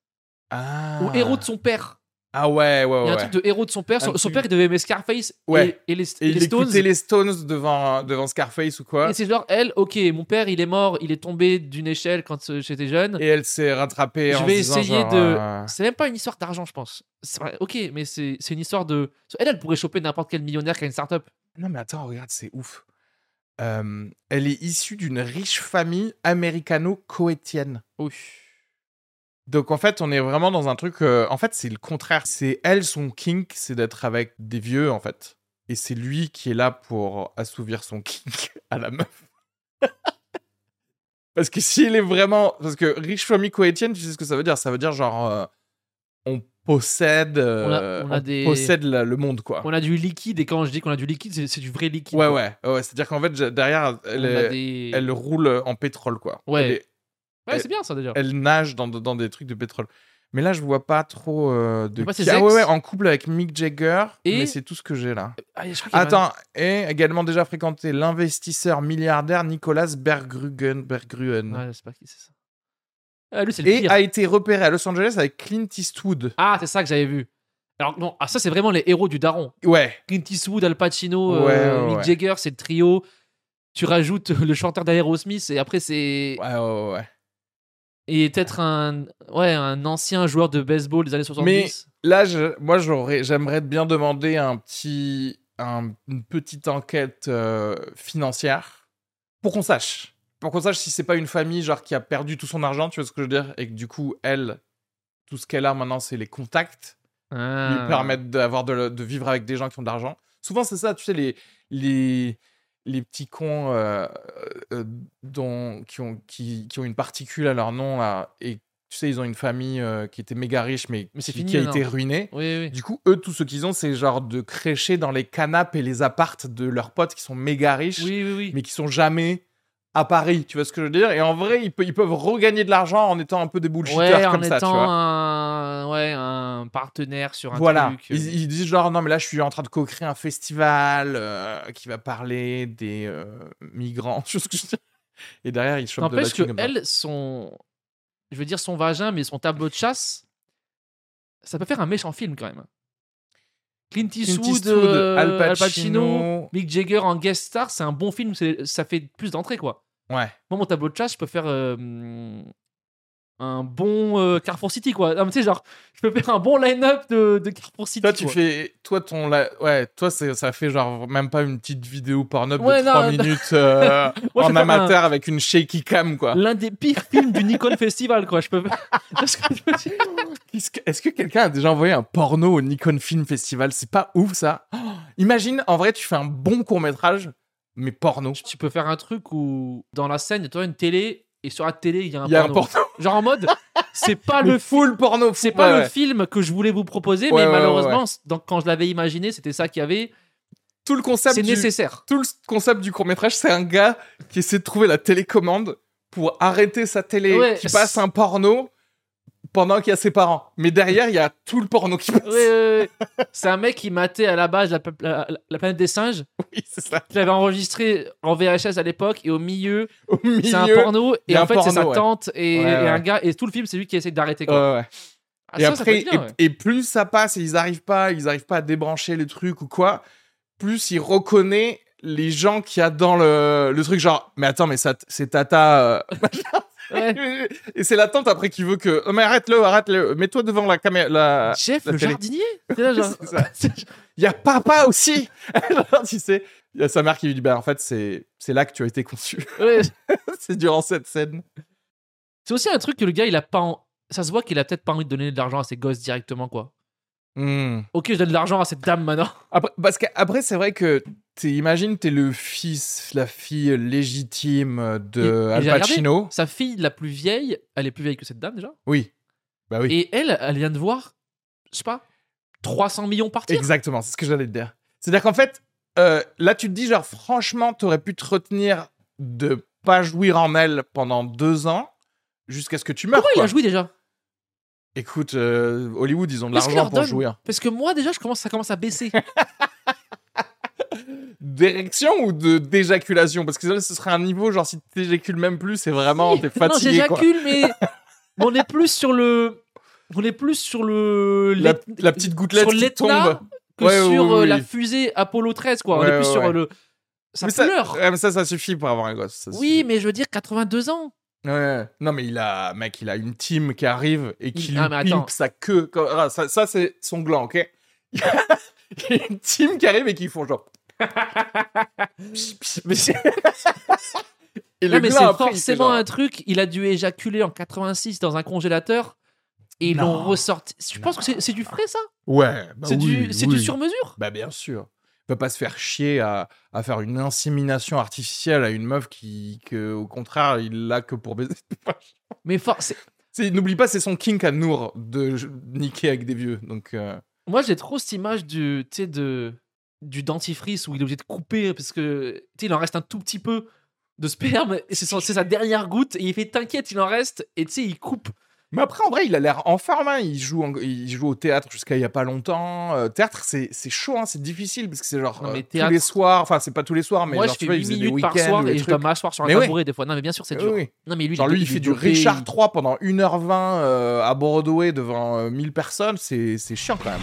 ah. ou héros de son père. Ah ouais ouais ouais. Il y a un ouais. truc de héros de son père. Un Son, son truc- père, il devait aimer Scarface et- Ouais. et, les, Et et il les Stones. écoutait les Stones devant, devant Scarface ou quoi. Et c'est genre, elle, ok, mon père, il est mort, il est tombé d'une échelle quand euh, j'étais jeune. Et elle s'est rattrapée Je en se vais disant essayer genre, de- euh, C'est même pas une histoire d'argent, je pense. C'est vrai, ok, mais c'est c'est une histoire de. Elle, elle pourrait choper n'importe quel millionnaire qui a une start-up. Non mais attends, regarde, c'est ouf. Euh, elle est issue d'une riche famille américano-coétienne. Oui. Donc en fait, on est vraiment dans un truc... euh, en fait, c'est le contraire. C'est elle, son kink, c'est d'être avec des vieux, en fait. Et c'est lui qui est là pour assouvir son (laughs) kink à la meuf. (laughs) Parce que s'il est vraiment... Parce que riche famille coétienne, tu sais ce que ça veut dire Ça veut dire genre... euh, on possède... euh, on a des- possède la- le monde, quoi. On a du liquide, et quand je dis qu'on a du liquide, c'est c'est du vrai liquide. Ouais, quoi. ouais, ouais. C'est-à-dire qu'en fait, je- derrière, elle, On a est- des- elle roule en pétrole, quoi. Ouais. Elle, est- Ouais, c'est bien ça déjà. elle nage dans, dans des trucs de pétrole. Mais là, je vois pas trop euh, de. On voit ses qui- Ah ex. ouais, ouais, en couple avec Mick Jagger. Et- Mais c'est tout ce que j'ai là. Ah, je crois qu'il y avait un- Attends, et également déjà fréquenté l'investisseur milliardaire Nicolas Bergruen. Bergruen. Ouais, je sais pas qui c'est ça. Ah, lui, c'est le Et pire. a été repéré à Los Angeles avec Clint Eastwood. Ah, c'est ça que j'avais vu. Alors, non, ah, ça, c'est vraiment les héros du daron. Ouais, Clint Eastwood, Al Pacino, Ouais, euh, ouais, Mick ouais. Jagger, c'est le trio. Tu rajoutes le chanteur d'Aerosmith et après, c'est. ouais, ouais, ouais. ouais. Et peut-être un, ouais, un ancien joueur de baseball des années 70. Mais- Là, je- moi, j'aurais, j'aimerais bien demander un petit, un- une petite enquête euh, financière pour qu'on sache, pour qu'on sache si c'est pas une famille genre qui a perdu tout son argent, tu vois ce que je veux dire, et que du coup, elle, tout ce qu'elle a maintenant, c'est les contacts qui lui Ah. permettent d'avoir de, la- de vivre avec des gens qui ont de l'argent. Souvent, c'est ça, tu sais, les, les, les petits cons euh, euh, dont, qui, ont, qui, qui ont une particule à leur nom là, et tu sais, ils ont une famille euh, qui était méga riche, mais, Mais c'est qui- fini qui a maintenant. été ruinée. Oui, oui. Du coup, eux, tout ce qu'ils ont, c'est genre de crécher dans les canapes et les appartes de leurs potes qui sont méga riches, Oui, oui, oui. mais qui sont jamais à Paris. Tu vois ce que je veux dire Et en vrai, ils, pe- ils peuvent regagner de l'argent en étant un peu des bullshitters ouais, en comme étant ça, tu vois. un, ouais, un partenaire sur un Voilà, truc. euh, ils, ils disent genre non mais là je suis en train de co-créer un festival euh, qui va parler des euh, migrants, (laughs) tu vois ce que je veux dire Et derrière ils chopent de la N'empêche que thune comme ça. elle, son. Je veux dire son vagin, mais son tableau de chasse, ça peut faire un méchant film quand même. Clint Eastwood, Clint Eastwood, euh, Al Al Pacino, Pacino, Mick Jagger en guest star, c'est un bon film, c'est- ça fait plus d'entrées quoi. ouais. Moi, mon tableau de chasse, je peux faire euh, hum, un bon euh, Carrefour City quoi. Non, mais tu sais, genre, je peux faire un bon line-up de, de Carrefour City. Toi, tu quoi. fais. Toi, ton. la- Ouais, toi, c'est- ça fait genre même pas une petite vidéo porno Ouais, de non, 3 non. minutes (laughs) euh, Moi, en je vais faire amateur avec une shaky cam, quoi. L'un des pires films du Nicole (laughs) Festival quoi. Je peux. (laughs) Parce que je me dis- Est-ce que, est-ce que quelqu'un a déjà envoyé un porno au Nikon Film Festival C'est pas ouf, ça. Oh, imagine, en vrai, tu fais un bon court-métrage, mais porno. Tu peux faire un truc où dans la scène, il y a toi une télé et sur la télé, il y a un Il y a un porno. porno. Genre en mode, c'est (laughs) pas le, Le full porno. c'est full- pas ouais, le ouais. film que je voulais vous proposer, Ouais, mais ouais, malheureusement, ouais, c- donc, quand je l'avais imaginé, c'était ça qu'il y avait. Tout le concept C'est du, nécessaire. tout le concept du court métrage, c'est un gars qui essaie de trouver la télécommande pour arrêter sa télé, Ouais. qui passe un porno pendant qu'il y a ses parents. Mais derrière, il y a tout le porno qui passe. Ouais, ouais, ouais. c'est un mec qui matait à la base la, pla- la- la planète des singes, (laughs) Oui, c'est ça. qu'il avait enregistré en VHS à l'époque, et au milieu, Au milieu. c'est un porno, il et y a un en fait, c'est sa porno, ouais. tante et, Ouais, et ouais. un gars, et tout le film, c'est lui qui essaie d'arrêter. quoi. Ouais, ouais. Ah, et ça, ça peut après, être bien, ouais. et, et plus ça passe et ils arrivent pas, ils arrivent pas à débrancher les trucs ou quoi, plus il reconnaît les gens qu'il y a dans le, le truc. Genre, mais attends, mais ça, t- c'est Tata. euh, Ouais. (laughs) et c'est la tante après qui veut que. Oh, mais arrête-le, arrête-le, mets-toi devant la caméra. La... (laughs) Jeff, la le télé. jardinier T'es là, (laughs) genre- (laughs) C'est ça. Il y a papa aussi (laughs) Alors, tu sais, il y a sa mère qui lui dit Bah, en fait, c'est c'est là que tu as été conçu. (laughs) Ouais. c'est durant cette scène. C'est aussi un truc que le gars, il a pas. en- Ça se voit qu'il a peut-être pas envie de donner de l'argent à ses gosses directement, quoi. Hmm. Ok, je donne de l'argent à cette dame maintenant. (laughs) Après, parce qu'après, c'est vrai que tu imagines, t'es le fils, la fille légitime de Et- et Al j'ai regardé. Pacino. Sa fille la plus vieille, elle est plus vieille que cette dame déjà. Oui. Bah oui. Et elle, elle vient de voir, je sais pas, 300 millions partir. Exactement, c'est ce que j'allais te dire. C'est-à-dire qu'en fait, euh, là, tu te dis, genre, franchement, t'aurais pu te retenir de pas jouir en elle pendant deux ans jusqu'à ce que tu meurs. Pourquoi il quoi. a joué déjà Écoute, euh, Hollywood, ils ont de Qu'est-ce qu'il l'argent leur pour donne jouir. Parce que moi déjà, je commence, ça commence (laughs) à baisser. D'érection ou de d'éjaculation Parce que ça, ce serait un niveau, genre, si t'éjacules même plus, c'est vraiment, t'es fatigué, (laughs) non, quoi. j'éjacule, mais on est plus sur le, on est plus sur le La, l'eth- la petite gouttelette sur qui l'Etna tombe. que Ouais, sur oui, euh, oui, la oui. fusée Apollo 13, quoi. on Ouais, est plus ouais, sur ouais. euh, le, ça Mais pleure. ouais, mais ça, euh, ça suffit pour avoir un gosse. ça oui, mais je veux dire 82 ans. suffit. Ouais. Non, mais il a, mec, il a une team qui arrive et qui Il- lui Ah, mais attends. pimpe sa queue. Comme- ah, Ça, ça, c'est son gland, ok (laughs) Il y a- il y a une team qui arrive et qui font (laughs) genre. Psh, psh, psh. et Non, mais gland, c'est après, il fait forcément genre- un truc. Il a dû éjaculer en 86 dans un congélateur et ils l'ont Non. ressorti. Je pense que c'est- c'est du frais, ça Ouais, bah C'est oui, du, c'est du oui. sur-mesure Bah bien sûr. On peut pas se faire chier à, à faire une insémination artificielle à une meuf qui, que, au contraire, il l'a que pour baiser. (laughs) Mais for- c'est- C'est- N'oublie pas, c'est son kink à Nour de j- niquer avec des vieux. Donc, euh, moi, j'ai trop cette image du, tu sais, de, du dentifrice où il est obligé de couper parce que tu sais, il en reste un tout petit peu de sperme et c'est son- c'est sa dernière goutte et il fait t'inquiète, il en reste et tu sais, il coupe. Mais après, en vrai, il a l'air en forme. hein. Il, joue en- il joue au théâtre jusqu'à il y a pas longtemps. Euh, théâtre, c'est c'est chaud, hein, c'est difficile parce que c'est genre Non, mais euh, théâtre- tous les soirs. Enfin, c'est pas tous les soirs, mais moi, genre, je tu fais vois, 8 il faisait des minutes par week-ends soir ou des et je trucs. dois m'asseoir sur un Mais ouais. tabouret des fois. Non, mais bien sûr, c'est Oui, dur. oui. Non, mais lui, Genre lui, est- il fait est du dopé, Richard il- III pendant 1h20 euh, à Broadway devant euh, 1000 personnes, c'est c'est chiant quand même.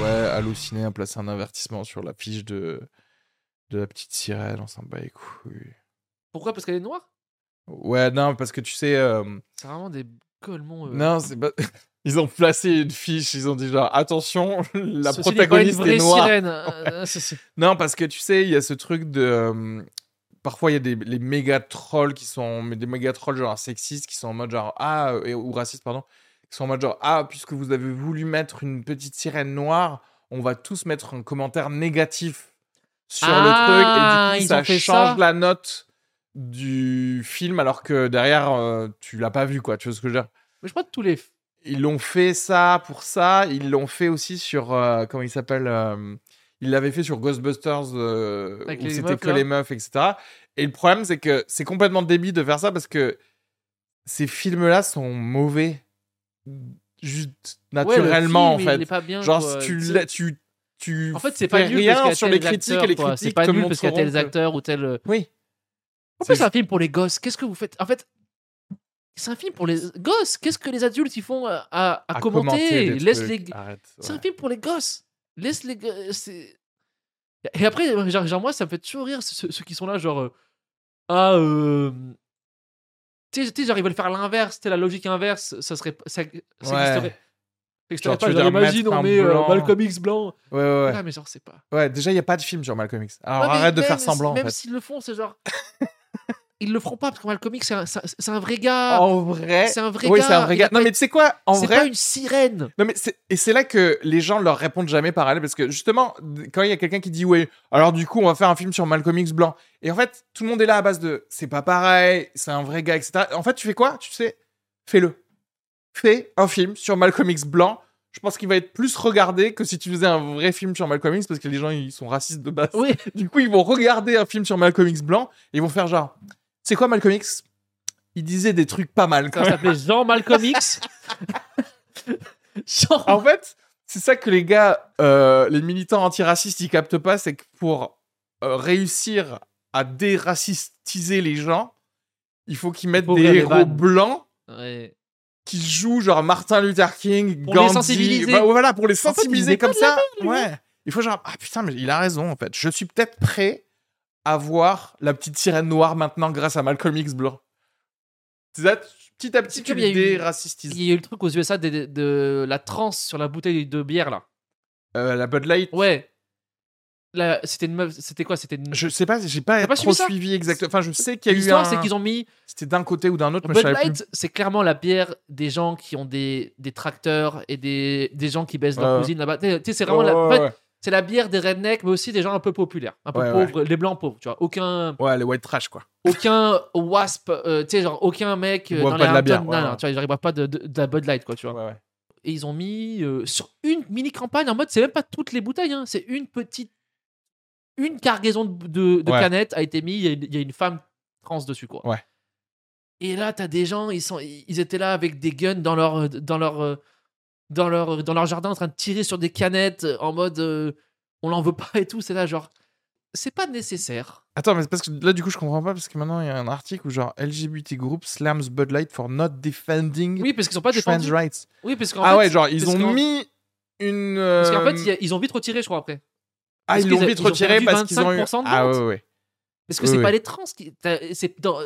Ouais, halluciné a placé un avertissement sur la fiche de, de la petite sirène, on s'en bat les couilles. Pourquoi Parce qu'elle est noire Ouais, non, parce que tu sais... euh, C'est vraiment des colmons. euh. Non, c'est pas... (laughs) Ils ont placé une fiche, ils ont dit genre, attention, (laughs) la Ceci n'est pas une protagoniste vraie est noire. sirène. Euh, c'est- c'est- Non, parce que tu sais, il y a ce truc de. euh, parfois, il y a des les méga trolls qui sont. mais Des méga trolls genre sexistes qui sont en mode genre. Ah, euh, et- ou racistes, pardon. Qui sont en mode genre. Ah, puisque vous avez voulu mettre une petite sirène noire, on va tous mettre un commentaire négatif sur Ah, le truc. Et du coup, ils ça ont fait change ça. la note du film alors que derrière, euh, tu l'as pas vu, quoi. Tu vois ce que je veux dire Mais je crois que tous les ils l'ont fait ça pour ça. Ils l'ont fait aussi sur. euh, comment il s'appelle euh, Ils l'avaient fait sur Ghostbusters, euh, Avec où les c'était meufs, que là. les meufs, etc. Et le problème, c'est que c'est complètement débile de faire ça parce que ces films-là sont mauvais. Juste Ouais, le naturellement, film, en il est fait. pas bien, Genre, quoi, si tu. tu sais. l'as- tu, tu En fait, c'est pas fais nul parce rien qu'il y a sur les tels critiques acteurs, et les quoi. critiques C'est pas te nul parce qu'il y a montreront tels que- acteurs ou tel. Oui. En C'est plus, c'est un film pour les gosses. Qu'est-ce que vous faites En fait, c'est un film pour les gosses. Qu'est-ce que les adultes ils font à, à- à à commenter, des Laisse trucs. les. Arrête, C'est ouais. un film pour les gosses. Laisse les. go- euh, c'est- Et après, genre, genre, moi, ça me fait toujours rire ceux, ceux qui sont là, genre. euh, ah, euh. Tu sais- tu sais, genre, ils veulent faire l'inverse, tu sais, la logique inverse, ça serait. Ça, ça Ouais. existerait. ça existerait Genre, tu pas, veux genre, dire mettre imagine, un on met euh, blanc. Malcolm X blanc. Ouais, ouais, ouais. Là, mais genre, c'est pas. Ouais, déjà, il n'y a pas de film sur Malcolm X. Alors Ouais, mais Ah, arrête de même faire si- semblant. en Même fait. s'ils le font, c'est genre. (laughs) ils le feront pas parce que Malcolm X, c'est un, c'est un- c'est un vrai gars. En vrai. C'est un vrai Oui, gars. c'est un vrai il gars. a Non, pas mais tu sais quoi En C'est vrai. pas (laughs) une sirène. Non, mais c'est- et c'est là que les gens leur répondent jamais parallèle parce que justement, d- quand il y a quelqu'un qui dit ouais, alors du coup, on va faire un film sur Malcolm X blanc. Et en fait, tout le monde est là à base de c'est pas pareil, c'est un vrai gars, etc. En fait, tu fais quoi Tu sais, fais-le. Fais un film sur Malcolm X blanc. Je pense qu'il va être plus regardé que si tu faisais un vrai film sur Malcolm X parce que les gens ils sont racistes de base. Oui. Du coup, ils vont regarder un film sur Malcolm X blanc et ils vont faire genre, c'est quoi Malcolm X Il disait des trucs pas mal quand Ça s'appelait Jean Malcolm X. (laughs) Jean. en fait, c'est ça que les gars, euh, les militants antiracistes, ils captent pas, c'est que pour euh, réussir à déracistiser les gens, il faut qu'ils mettent Faut des ouvrir les héros vannes. blancs Ouais. qui jouent genre Martin Luther King, Pour les Gandhi. sensibiliser. Bah, voilà, pour les fait, il sensibiliser met pas comme de ça. ouais. Il faut genre ah putain mais il a raison en fait. Je suis peut-être prêt à voir la petite sirène noire maintenant grâce à Malcolm X blanc. C'est ça, petit à petit C'est tu comme il y a eu- déracistises. Il y a eu le truc aux USA de, de- de la transe sur la bouteille de bière là. Euh, la Bud Light Ouais. Là, c'était une meuf. C'était quoi C'était une. Je sais pas, j'ai pas, T'as pas trop suivi ça suivi exactement. Enfin, je sais qu'il y a eu L'histoire, un. c'est qu'ils ont mis C'était d'un côté ou d'un autre, mais je Bud savais plus. Light, c'est clairement la bière des gens qui ont des, des tracteurs et des, des gens qui baissent leur Ouais. cousine là-bas. Tu sais, tu sais, c'est vraiment Ouais, la, en fait, ouais, ouais. c'est la bière des rednecks, mais aussi des gens un peu populaires, un peu Ouais, pauvres, les blancs pauvres. Tu vois, aucun, Ouais, les white trash quoi. aucun wasp, euh, tu sais, genre aucun mec Ils euh, boivent dans pas les de la bière, Hamptons, ouais, non, non, ouais. tu vois, ils arrivent pas de, de, de la Bud Light, quoi, tu vois. Ouais, ouais. Et ils ont mis euh, sur une mini campagne en mode, c'est même pas toutes les bouteilles, hein, c'est une petite, une cargaison de, de, de Ouais. canettes a été mise. Il y a une- il y, a une femme trans dessus, quoi. Ouais. Et là, t'as des gens, ils sont, ils étaient là avec des guns dans leur, dans leur, euh, dans leur, dans leur jardin, en train de tirer sur des canettes euh, en mode, euh, on l'en veut pas et tout. C'est là, genre, c'est pas nécessaire. Attends, mais c'est parce que là, du coup, je comprends pas parce que maintenant il y a un article où genre LGBT group slams Bud Light for not defending Oui, parce qu'ils sont pas trans défendus. rights. Oui, parce qu'en Ah fait, ouais, genre ils parce ont qu'en- mis une. parce qu'en euh, fait, il y a- ils ont vite retiré, je crois après. ah parce ils l'ont qu'ils a- vite ils ont retiré perdu parce qu'ils ont eu. 25% de Ah ouais, ventes. ouais, ouais. Parce que Oui, c'est oui. pas les trans qui, t'as- c'est dans, Oui,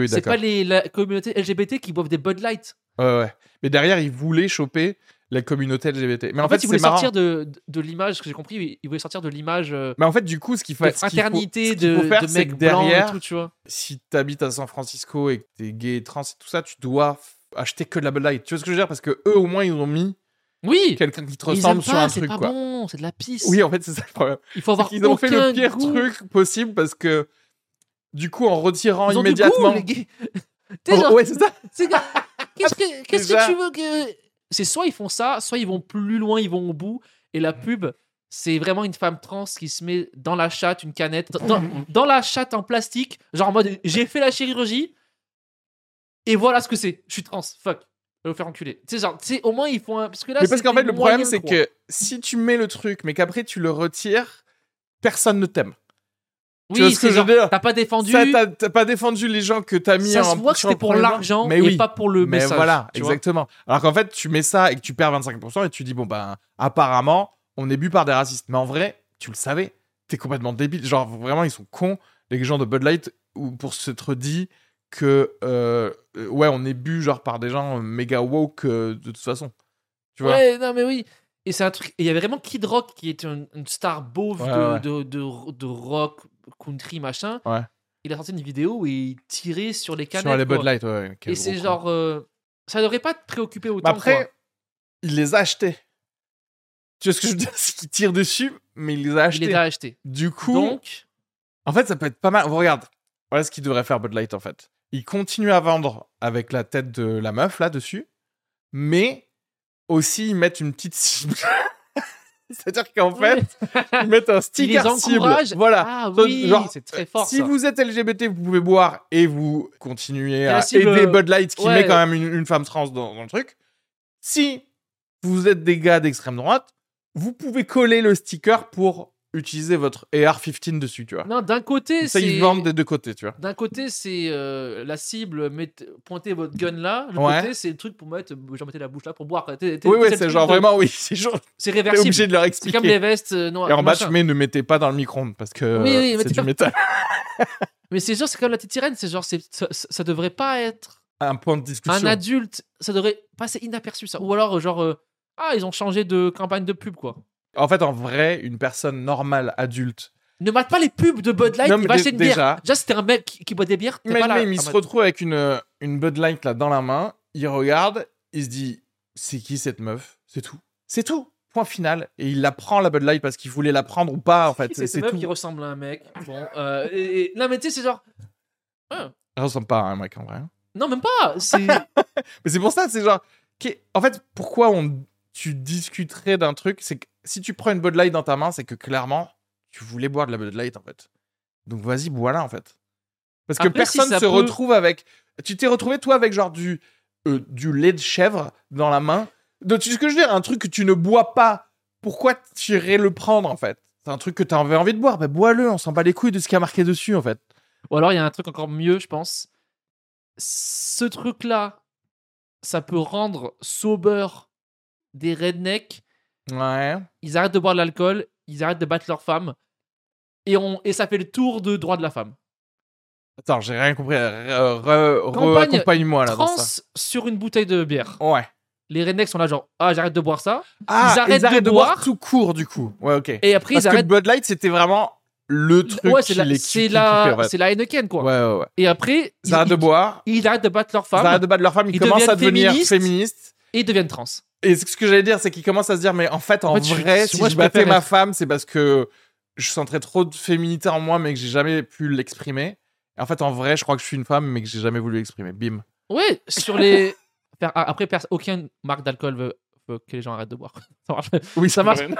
oui, c'est d'accord. pas les, la communauté LGBT qui boivent des Bud Light. Ouais, ouais. Mais derrière, ils voulaient choper la communauté LGBT. Mais en, En, fait, ils c'est voulaient marrant. sortir de, de, de l'image, ce que j'ai compris, ils voulaient sortir de l'image euh, Mais en fait, du coup, ce qu'il faut, de ce qu'il faut- fraternité, ce qu'il faut de, faire, de c'est que mecs blancs derrière, et tout, tu vois. si t'habites à San Francisco et que t'es gay et trans et tout ça, tu dois f- acheter que de la Bud Light. Tu vois ce que je veux dire Parce que eux, au moins, ils ont mis Oui quelqu'un qui te mais ils ressemble aiment sur pas, un c'est truc, pas quoi. bon, c'est de la pisse. Oui, en fait, c'est ça le problème. Il faut avoir Ils ont fait le aucun pire goût. truc possible parce que, du coup, en retirant Ils ont du immédiatement. goût, les gays. T'es genre, Oh, ouais, c'est ça. (laughs) c'est- qu'est-ce que, qu'est-ce Déjà. que tu veux que... C'est soit ils font ça, soit ils vont plus loin, ils vont au bout, et Mm. la pub... C'est vraiment une femme trans qui se met dans la chatte, une canette, dans, dans la chatte en plastique, genre en mode j'ai fait la chirurgie et voilà ce que c'est. Je suis trans, fuck. Je vais vous faire enculer. Tu sais, genre, tu sais, au moins ils font un. Parce que là, Mais parce c'était qu'en fait, le moyen, problème, c'est quoi. que si tu mets le truc, mais qu'après tu le retires, personne ne t'aime. tu vois Oui, ce que c'est je genre, veux dire t'as pas défendu. Ça, t'as- t'as pas défendu les gens que t'as mis ça en. se voit que sur un c'était pour premier plan. l'argent Mais et oui. pas pour le mais message. voilà, tu vois. exactement. Alors qu'en fait, tu mets ça et que tu perds 25% et tu dis, bon, ben, apparemment, on est bu par des racistes. Mais en vrai, tu le savais. T'es complètement débile. Genre, vraiment, ils sont cons, les gens de Bud Light, ou pour s'être dit que, euh, euh, ouais, on est bu, genre, par des gens euh, méga woke, euh, de toute façon. Tu vois Ouais, non, mais oui. Et c'est un truc. et Il y avait vraiment Kid Rock qui était une, une star beauve Ouais, de, ouais. De, de- de rock, country, machin. Ouais. Il a sorti une vidéo où il tirait sur les canettes. Sur les Bud quoi. Light, ouais, ouais. quel Et c'est gros con. genre. euh, ça devrait pas te préoccuper Mais autant. quoi. après, il les a achetés. Tu vois ce que je veux dire (laughs) C'est qu'ils tirent dessus, mais il les a il achetés. les a achetés. Du coup. Donc, En fait, ça peut être pas mal. Regarde, voilà ce qu'il devrait faire Bud Light en fait. Il continue à vendre avec la tête de la meuf là dessus, mais aussi ils mettent une petite cible. (laughs) C'est-à-dire qu'en fait, ils (laughs) mettent un il les sticker cible. encourage. Voilà. Ah Donc, oui, genre, euh, c'est très fort. si ça. vous êtes LGBT, vous pouvez boire et vous continuez la à cible, aider euh, Bud Light qui ouais. met quand même une, une femme trans dans, dans le truc. Si vous êtes des gars d'extrême droite, vous pouvez coller le sticker pour utiliser votre AR-15 dessus, tu vois. Non, d'un côté, Ça, c'est. ils vendent des deux côtés, tu vois. D'un côté, c'est euh, la cible, mettez- pointez votre gun là. L'autre Ouais. côté, c'est le truc pour mettre, euh, j'en mettais la bouche là pour boire. quoi. T'es- t'es- Oui, oui, le c'est truc genre de- vraiment, oui, (laughs) c'est genre, C'est t'es réversible. obligé de leur C'est expliquer. comme les vestes euh, noires. Et en bas, machin. tu mets ne mettez pas dans le micro-ondes parce que Oui, oui, euh, mais c'est tu du peux- métal. (laughs) Mais c'est sûr, c'est comme la petite sirène. C'est genre, c'est, ça, ça- ça devrait pas être Un point de un discussion. adulte. Ça devrait passer inaperçu, ça. Ou alors, euh, genre, euh, ah, ils ont changé de campagne de pub, quoi. En fait, en vrai, une personne normale, adulte, Ne mate pas les pubs de Bud Light, Non, il mais va dé- acheter une déjà- bière. Déjà, c'était un mec qui, qui boit des bières. t'es Mais pas là, Ah, bah, même, il en se mode- retrouve avec une, une Bud Light là dans la main, il regarde, il se dit c'est qui cette meuf C'est tout. C'est tout. Point final. Et il la prend la Bud Light parce qu'il voulait la prendre ou pas en fait. C'est C'est une meuf qui tout. ressemble à un mec. Bon, euh, et- et- non, mais tu sais, c'est genre. Elle ressemble pas à un mec en vrai. Non, même pas. (laughs) C'est. Mais c'est pour ça, c'est genre. qu'est- En fait, pourquoi on... tu discuterais d'un truc C'est que si tu prends une Bud Light dans ta main, c'est que clairement, tu voulais boire de la Bud Light en fait. Donc vas-y, bois-la en fait. Parce que Après, si personne ça se peut- retrouve avec. Tu t'es retrouvé toi avec genre du, euh, du lait de chèvre dans la main. Donc, tu sais ce que je veux dire Un truc que tu ne bois pas. Pourquoi tu irais le prendre en fait C'est un truc que tu avais envie de boire. Bah, bois-le, on s'en bat les couilles de ce qui a marqué dessus en fait. Ou alors, il y a un truc encore mieux, je pense. Ce truc-là, ça peut rendre sober des rednecks. Ouais. Ils arrêtent de boire de l'alcool, ils arrêtent de battre leurs femmes. Et, on, et ça fait le tour de droit de la femme. Attends, j'ai rien compris. Re- re- Campagne Accompagne-moi là dans Trans ça. sur une bouteille de bière. Ouais. Les rednecks sont là, genre, ah, j'arrête de boire ça. Ah, Ils arrêtent de boire. tout court du coup. Ouais, ok. Et après, Parce ils que arrêtent. Bud Light, c'était vraiment le truc ouais, qui c'est la, les c'est qui- qui la, fait, ouais. c'est la Heineken, quoi. Ouais, ouais, ouais. Et après, Ils arrêtent de boire, ils arrêtent de battre leurs ils femmes arrêtent de battre leur femme, ils, Ils commencent à deviennent devenir féministes. féministes. et ils deviennent trans. Et ce que j'allais dire, c'est qu'ils commencent à se dire, mais en fait, en, fait, je- vrai, si moi, je je battais préfère ma être- femme, c'est parce que je sentais trop de féminité en moi, mais que j'ai jamais pu l'exprimer. Et En fait, en vrai, je crois que je suis une femme, mais que j'ai jamais voulu l'exprimer. Bim. Ouais, (laughs) sur les. Faire- ah, Après, pers- aucune marque d'alcool veut, veut que les gens arrêtent de boire. (laughs) Ça marche. Oui, Ça marche. c'est vrai.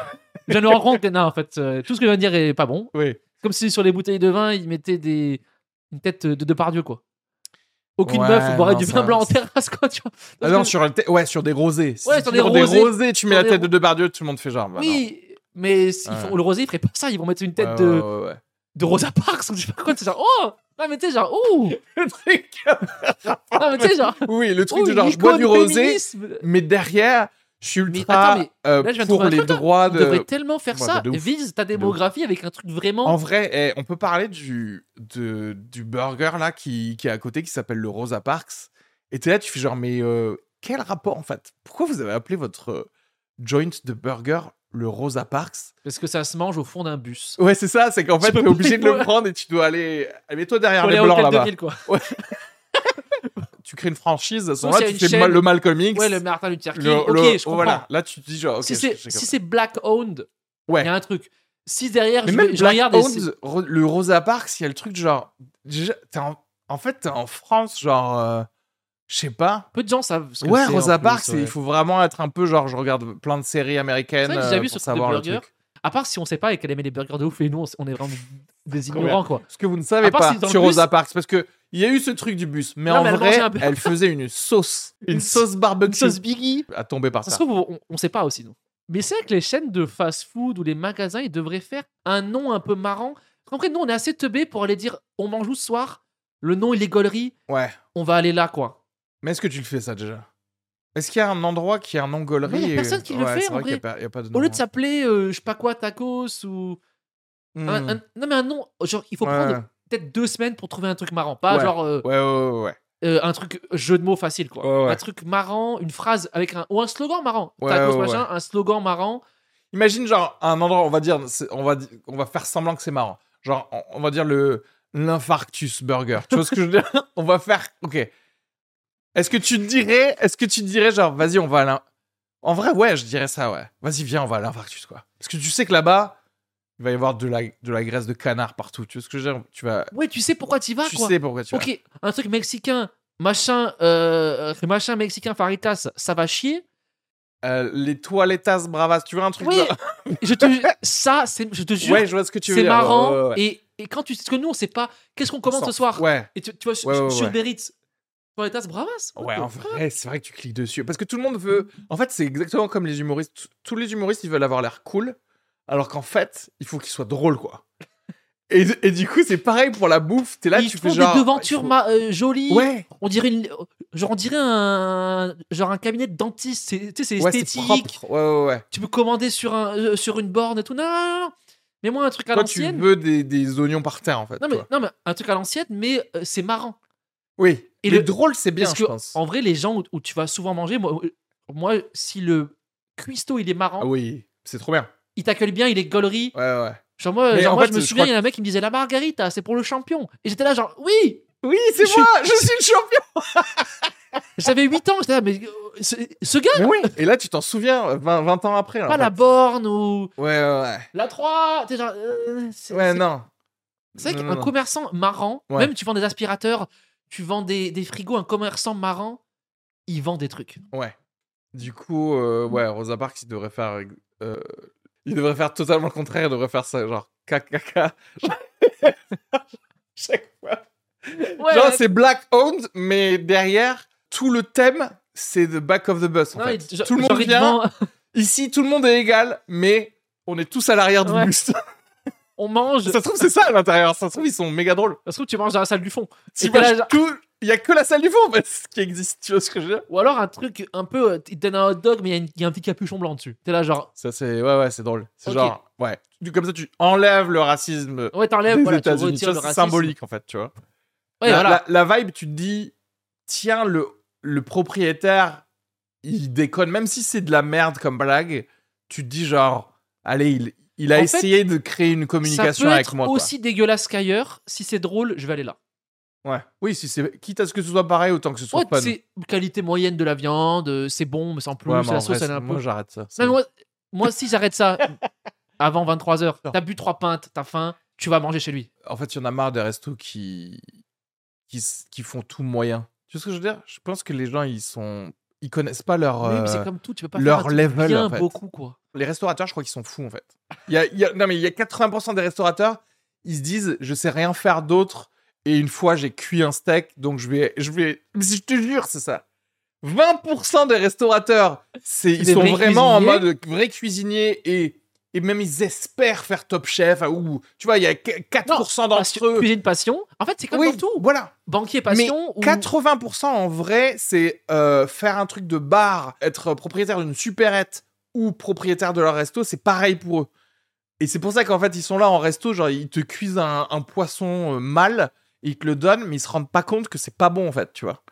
je me rends compte que non, en fait, euh, tout ce que je viens de dire est pas bon. Oui. Comme si sur les bouteilles de vin, ils mettaient des... une tête de Depardieu, quoi. Aucune Ouais, meuf boirait non, du ça- vin blanc en terrasse, quoi. Tu vois Ah Parce non, que- sur, le thé- ouais, sur des rosés. Si Ouais, tu- sur des des rosés. rosés, tu mets Sur la des tête de ro- Depardieu, tout le monde fait genre. bah non. Oui, mais s- ils Ouais. font- le rosé, il ferait pas ça. Ils vont mettre une tête Ouais, de... ouais, ouais, ouais. de Rosa Parks ou je sais pas quoi. C'est genre, oh Non, mais tu sais, genre, (laughs) oh Le truc Non, mais tu sais, genre. Oui, le truc oh, du genre, une je bois icône du rosé, féminisme. mais derrière, je suis Mais ultra attends, mais euh, là, je viens de pour trouver un les truc, hein. là. droits Tu de. devrais tellement faire Ouais, ça. bah, de ouf. Vise ta démographie avec un truc En vraiment. vrai, eh, on peut parler du, de- du burger là qui, qui est à côté qui s'appelle le Rosa Parks. Et t'es là, tu fais genre, mais euh, quel rapport en fait Pourquoi vous avez appelé votre euh, joint de burger le Rosa Parks Parce que ça se mange au fond d'un bus. Ouais, c'est ça, c'est qu'en fait, Je peux t'es pas obligé y de le voir. prendre et tu dois aller. eh, Mets-toi derrière Pour les les blancs hôtels de là-bas. ville, quoi. Tu crées une franchise, à ce Sauf moment-là, s'il y tu a fais une ma- chaîne. le Malcolm X. Ouais, le Martin Luther King. le- ok, le- je comprends. Voilà, là, tu te dis genre, ok. si je- c'est j'ai si compris. c'est black owned, il Ouais. y a un truc. Si derrière, Mais Ah, je, même je Black regarde. et c'est- Hound, Ro- le Rosa Parks, il y a le truc genre. déjà, t'es en... en fait, t'es en France, genre. euh, Je sais pas. peu de gens savent. ce que Ouais, c'est, en Rosa plus, Parks, ouais. il faut vraiment être un peu genre. Je regarde plein de séries américaines C'est vrai que j'ai déjà euh, vu pour sur savoir le Burger. truc. À part si on sait pas et qu'elle aimait les burgers de ouf et nous, on, s- on est vraiment des Combien ignorants, quoi. Ce que vous ne savez À part pas si dans le sur bus- Rosa Parks, parce que il y a eu ce truc du bus, mais Non, en mais elle vrai, mangeait un peu. elle faisait une sauce, une (laughs) Une sauce Une barbecue sauce Biggie. à tomber par Ça se ça. trouve, on, on sait pas aussi, non. Mais c'est vrai que les chaînes de fast-food ou les magasins, ils devraient faire un nom un peu marrant. En vrai, nous, on est assez teubés pour aller dire on mange où ce soir Le nom, il est gaulerie, Ouais. on va aller là, quoi. Mais est-ce que tu le fais ça déjà Est-ce qu'il y a un endroit qui a un nom gaulerie Non, il y a et- personne qui le Ouais, fait, c'est en vrai qu'il y a vrai. pas- il y a pas de Au nom, lieu de s'appeler, euh, je sais pas quoi, tacos ou. ouais. un- Hmm. un- non, mais un nom, genre, il faut Ouais. prendre peut-être deux semaines pour trouver un truc marrant. Pas Ouais. genre euh, Ouais, ouais, ouais, ouais. euh, un truc jeu de mots facile, quoi. Ouais, ouais. Un truc marrant, une phrase avec un. Ou un slogan marrant. Ouais, tacos, ouais, machin, un slogan marrant. Imagine genre un endroit, on va dire, c'est- on va, di- on va faire semblant que c'est marrant. Genre, on, on va dire le l'infarctus burger. Tu vois ce que je veux dire (laughs) On va faire. Ok. Est-ce que tu dirais, est-ce que tu dirais genre, vas-y, on va à l'in- En vrai, ouais, je dirais ça, ouais. Vas-y, viens, on va à l'infarctus, quoi. Parce que tu sais que là-bas, il va y avoir de la, de la graisse de canard partout. Tu vois ce que je veux dire Tu vas, Ouais, tu sais pourquoi t'y vas, tu quoi. sais pourquoi tu vas. Ok, un truc mexicain, machin, euh, euh, machin mexicain faritas, ça va chier. Euh, les toilettas bravas, tu vois un truc Oui, genre- je te, ça, c'est, (laughs) je te jure, Ouais, je vois ce que tu veux c'est dire. marrant. Ouais, ouais, ouais. Et, et quand tu, parce que nous, on sait pas, qu'est-ce qu'on commande Sans- ce soir Ouais. Et tu, tu vois, sur Ouais, ouais, sur ouais. Uber Eats, toilettas bravas. what Ouais, the en fuck vrai, c'est vrai que tu cliques dessus. Parce que tout le monde veut. En fait, c'est exactement comme les humoristes. T- Tous les humoristes, ils veulent avoir l'air cool. Alors qu'en fait, il faut qu'ils soient drôles, quoi. Et, et du coup, c'est pareil pour la bouffe. T'es là, Ils tu font fais genre. bah, des devantures il faut- ma- euh, jolies. Ouais, On dirait, une- genre, on dirait un, genre un cabinet de dentiste. C'est, tu sais, c'est ouais c'est esthétique. propre. Ouais, ouais, ouais. Tu peux commander sur un, euh, sur une borne et tout. Non, non, non, non. Mets-moi un truc à Toi, tu l'ancienne. veux des, des oignons par terre, en fait. Non mais, toi. non, mais un truc à l'ancienne, mais euh, c'est marrant. Oui. Et Et le le- drôle, c'est bien, parce je que, pense. En vrai, les gens où, où tu vas souvent manger, moi, euh, moi, si le cuistot il est marrant, Ah oui, c'est trop bien. il t'accueille bien, il est gaulerie, Ouais, ouais. Genre, moi, Mais genre, en moi, fait, euh, je me je souviens, crois il y a un mec qui me disait la margarita, c'est pour le champion. Et j'étais là, genre, oui Oui, c'est Je- moi, je suis le champion. J'avais 8 ans, j'étais là, mais euh, ce, ce gars, Mais oui. Et là, tu t'en souviens 20, 20 ans après. là, pas en la fait. borne ou Ouais, ouais, la 3. T'es genre, euh, c'est- ouais. Ouais, c'est- non. C'est vrai Non, qu'un non, non. commerçant marrant, Ouais. même tu vends des aspirateurs, tu vends des, des frigos, un commerçant marrant, il vend des trucs. Ouais. Du coup, euh, ouais, Rosa Parks, il devrait faire. euh, il devrait faire totalement le contraire. Il devrait faire ça, genre, KKK. (laughs) Chaque fois. Ouais, genre, c'est Black Owned, mais derrière, tout le thème, c'est The Back of the Bus. En non, fait. il- genre- tout le genre, monde il vient. vend- Ici, tout le monde est égal, mais on est tous à l'arrière du Ouais. (laughs) bus. ça on mange. se trouve, c'est ça à l'intérieur. Ça se trouve, ils sont méga drôles. Ça se trouve, tu manges dans la salle du fond. Si Et t'es là, moi, je- genre- tout- Il y a que la salle du fond en fait, (laughs) qui existe, tu vois ce que je veux dire Ou alors un truc un peu. euh, Il te donne un hot dog, mais il y a une- il y, a un petit capuchon blanc dessus. T'es là, genre. Ça c'est ouais ouais c'est drôle. C'est Ok. genre ouais. Du- Comme ça tu enlèves le racisme Ouais, t'enlèves, des voilà, tu États-Unis. Tu retires vois, le C'est racisme. symbolique en fait, tu vois. Ouais, la, voilà. la- la vibe, tu te dis tiens le le propriétaire il déconne même si c'est de la merde comme blague. Tu te dis genre allez il il a En fait, essayé de créer une ça communication peut avec être moi. quoi. aussi dégueulasse qu'ailleurs. Si c'est drôle, je vais aller là. Ouais. Oui si c'est quitte à ce que ce soit pareil autant que ce soit Ouais, fun. c'est qualité moyenne de la viande, euh, c'est bon, mais sans plus. Ouais, mais en la sauce, vrai, elle est un peu. moi j'arrête ça. Non, mais moi, moi, si j'arrête ça avant 23h, Non. t'as bu trois pintes, t'as faim, tu vas manger chez lui. en fait, il y en a marre des restos qui... Qui, s- qui font tout moyen. Tu vois ce que je veux dire Je pense que les gens, ils sont... Ils connaissent pas leur, Oui, mais euh, c'est comme tout, tu peux pas faire un leur truc level, bien en fait. beaucoup, quoi. Les restaurateurs, je crois qu'ils sont fous, en fait. Il y a, il y a- non, mais il y a 80% des restaurateurs, ils se disent, je sais rien faire d'autre, et une fois, j'ai cuit un steak, donc je vais... Je, vais... Mais je te jure, c'est ça. 20% des restaurateurs, c'est, ils Des sont vrais vraiment en cuisiniers. mode vrais cuisiniers et... Et même ils espèrent faire top chef, ou tu vois, il y a 4% Passion- d'entre eux. Cuisine passion. En fait, c'est comme oui, dans tout. Voilà. Banquier passion ou 80% en vrai, c'est euh, faire un truc de bar, être propriétaire d'une supérette ou propriétaire de leur resto, c'est pareil pour eux. Et c'est pour ça qu'en fait, ils sont là en resto, genre ils te cuisent un, un poisson euh, mâle, et ils te le donnent, mais ils se rendent pas compte que c'est pas bon en fait, tu vois.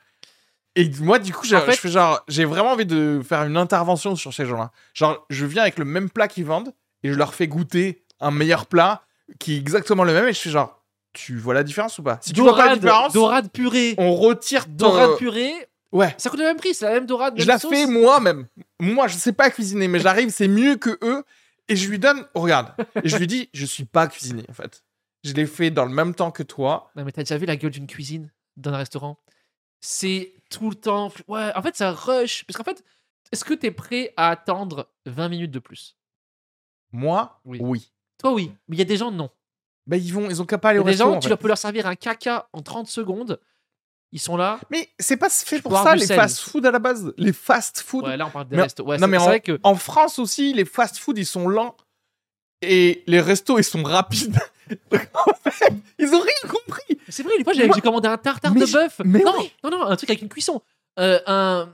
Et moi, du coup, j'ai- En fait- je fais genre, j'ai vraiment envie de faire une intervention sur ces gens-là. Genre, je viens avec le même plat qu'ils vendent et je leur fais goûter un meilleur plat qui est exactement le même et je fais genre, tu vois la différence ou pas Si tu vois pas la dorade, différence, dorade purée. on retire ton- Dorade purée, Ouais. ça coûte le même prix, c'est la même dorade. Je même la sauce. fais moi-même. Moi, je sais pas cuisiner, mais j'arrive, c'est mieux que eux. Et je lui donne, oh, regarde. Et je lui dis, je suis pas cuisinier, en fait. Je l'ai fait dans le même temps que toi. Non, mais t'as déjà vu la gueule d'une cuisine dans un restaurant C'est tout le temps. Ouais, en fait, ça rush. Parce qu'en fait, est-ce que t'es prêt à attendre 20 minutes de plus Moi, Oui. oui. Toi, oui. Mais il y a des gens, non. Ben, ils vont, ils ont qu'à pas Il aller y au a des resto. gens, en tu fait. leur peux leur servir un caca en 30 secondes. Ils sont là. Mais c'est pas fait pour Boire ça, du les sel. fast-food à la base. Les fast-food. Ouais, là, on parle des Mais- restos. Ouais, non, c'est mais c'est en- vrai que. En France aussi, les fast-food, ils sont lents. Et les restos, ils sont rapides. (laughs) Donc, en fait, ils ont rien compris. C'est vrai, une fois, j'ai Moi- j'ai commandé un tartare Mais de je- bœuf. mais non, oui. non, non, un truc avec une cuisson. Euh, un,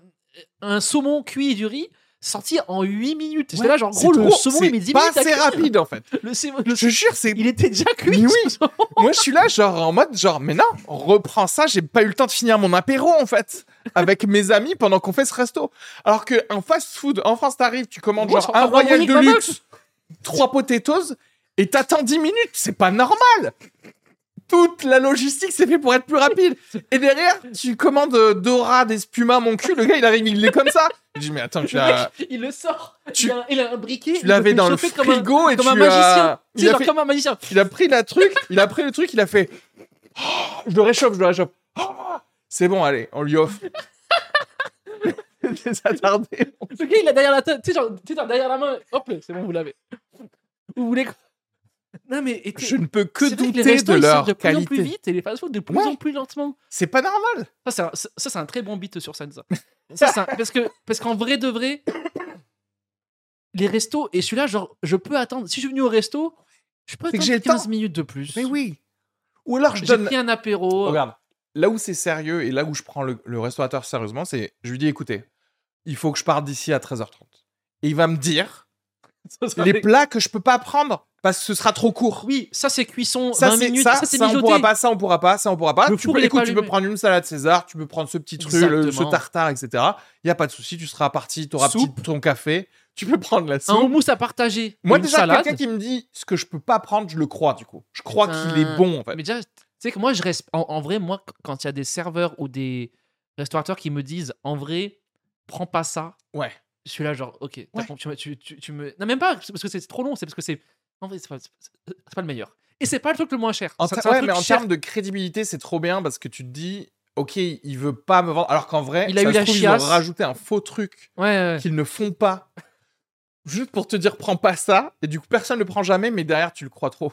un saumon cuit et du riz sorti en 8 minutes. J'étais Ouais, là, genre, en c'est gros, le trop- saumon, c'est il met 10 pas minutes à assez cuire. rapide, en fait. Le saumon- le- Je jure, c'est Il était déjà cuit. Mais oui. (laughs) ce saumon. Moi, je suis là, genre en mode, genre, mais non, reprends ça, j'ai pas eu le temps de finir mon apéro, en (laughs) fait, avec mes amis pendant qu'on fait ce resto. Alors qu'un fast-food, en France, t'arrives, tu commandes Moi, je genre prends un pas Royal Royal de Bubbles. luxe, trois potatoes, et t'attends 10 minutes, c'est pas normal toute la logistique, c'est fait pour être plus (laughs) rapide. Et derrière, tu commandes euh, Dora, des spumas, mon cul. Le gars, il arrive, il est comme ça. Je dis, mais attends, tu Le l'as, mec, il le sort. tu- il, a, il a un briquet. tu l'avais dans le frigo. Comme un, frigo et comme tu un l'as. magicien. Tu il sais, a genre fait- comme un magicien. il a pris la truc, il a pris le truc, il a fait Oh, je le réchauffe, je le réchauffe. Oh, c'est bon, allez, on lui offre. Les attardés. Le gars, il a derrière la tête. Tu sais, genre, tu sais, genre, derrière la main. Hop, c'est bon, vous l'avez. Vous voulez. quoi Non, mais. et t'es- Je ne peux que c'est vrai douter les restos, de ils sortent leur de plus en qualité. plus vite et les fast-food de plus Ouais. en plus lentement. C'est pas normal. Ça, c'est un, ça, ça, c'est un très bon beat sur (laughs) scène, ça. Ça, c'est un- parce que parce qu'en vrai de vrai, les restos, et celui-là, genre, je peux attendre. Si je suis venu au resto, je peux C'est que attendre j'ai le 15 temps. minutes de plus. Mais oui. Ou alors je J'ai donne. pris un apéro. Regarde, là où c'est sérieux et là où je prends le, le restaurateur sérieusement, c'est je lui dis écoutez, il faut que je parte d'ici à 13h30. Et il va me dire (laughs) Ça, ça les fait- plats que je peux pas prendre parce que ce sera trop court. Oui, ça c'est cuisson, Ça, 20 c'est minutes, ça, ça, c'est ça, on mijoté. pourra pas, ça on pourra pas, ça on pourra pas. Le tu four, peux, il est écoute, pas tu peux allumé. prendre une salade César, tu peux prendre ce petit truc, le- ce Exactement. tartare, etc. Il y a pas de souci, tu seras parti, tu auras Soupe. ton café, tu peux prendre la Un soupe. houmous à partager. Moi, une déjà, salade. quelqu'un qui me dit ce que je peux pas prendre, je le crois, du coup. Je crois qu'il est Euh, bon, en fait. Mais déjà, tu sais que moi, je reste. En, en vrai, moi, qu- quand il y a des serveurs ou des restaurateurs qui me disent en vrai, prends pas ça, Ouais. je suis là, genre, ok, t'as Ouais. compris, tu, tu- tu me. Non, même pas, parce que c'est trop long, c'est parce que c'est. En vrai, c'est pas, c'est- c'est pas le meilleur. Et c'est pas le truc le moins cher. En C'est- ter- c'est un ouais, truc mais en cher. termes de crédibilité, c'est trop bien parce que tu te dis, ok, il veut pas me vendre. Alors qu'en vrai, Il a ça eu se la trouve, ils ont chiasse. rajouté un faux truc Ouais, ouais, ouais. qu'ils ne font pas. Juste pour te dire, prends pas ça. Et du coup, personne ne le prend jamais, mais derrière, tu le crois trop.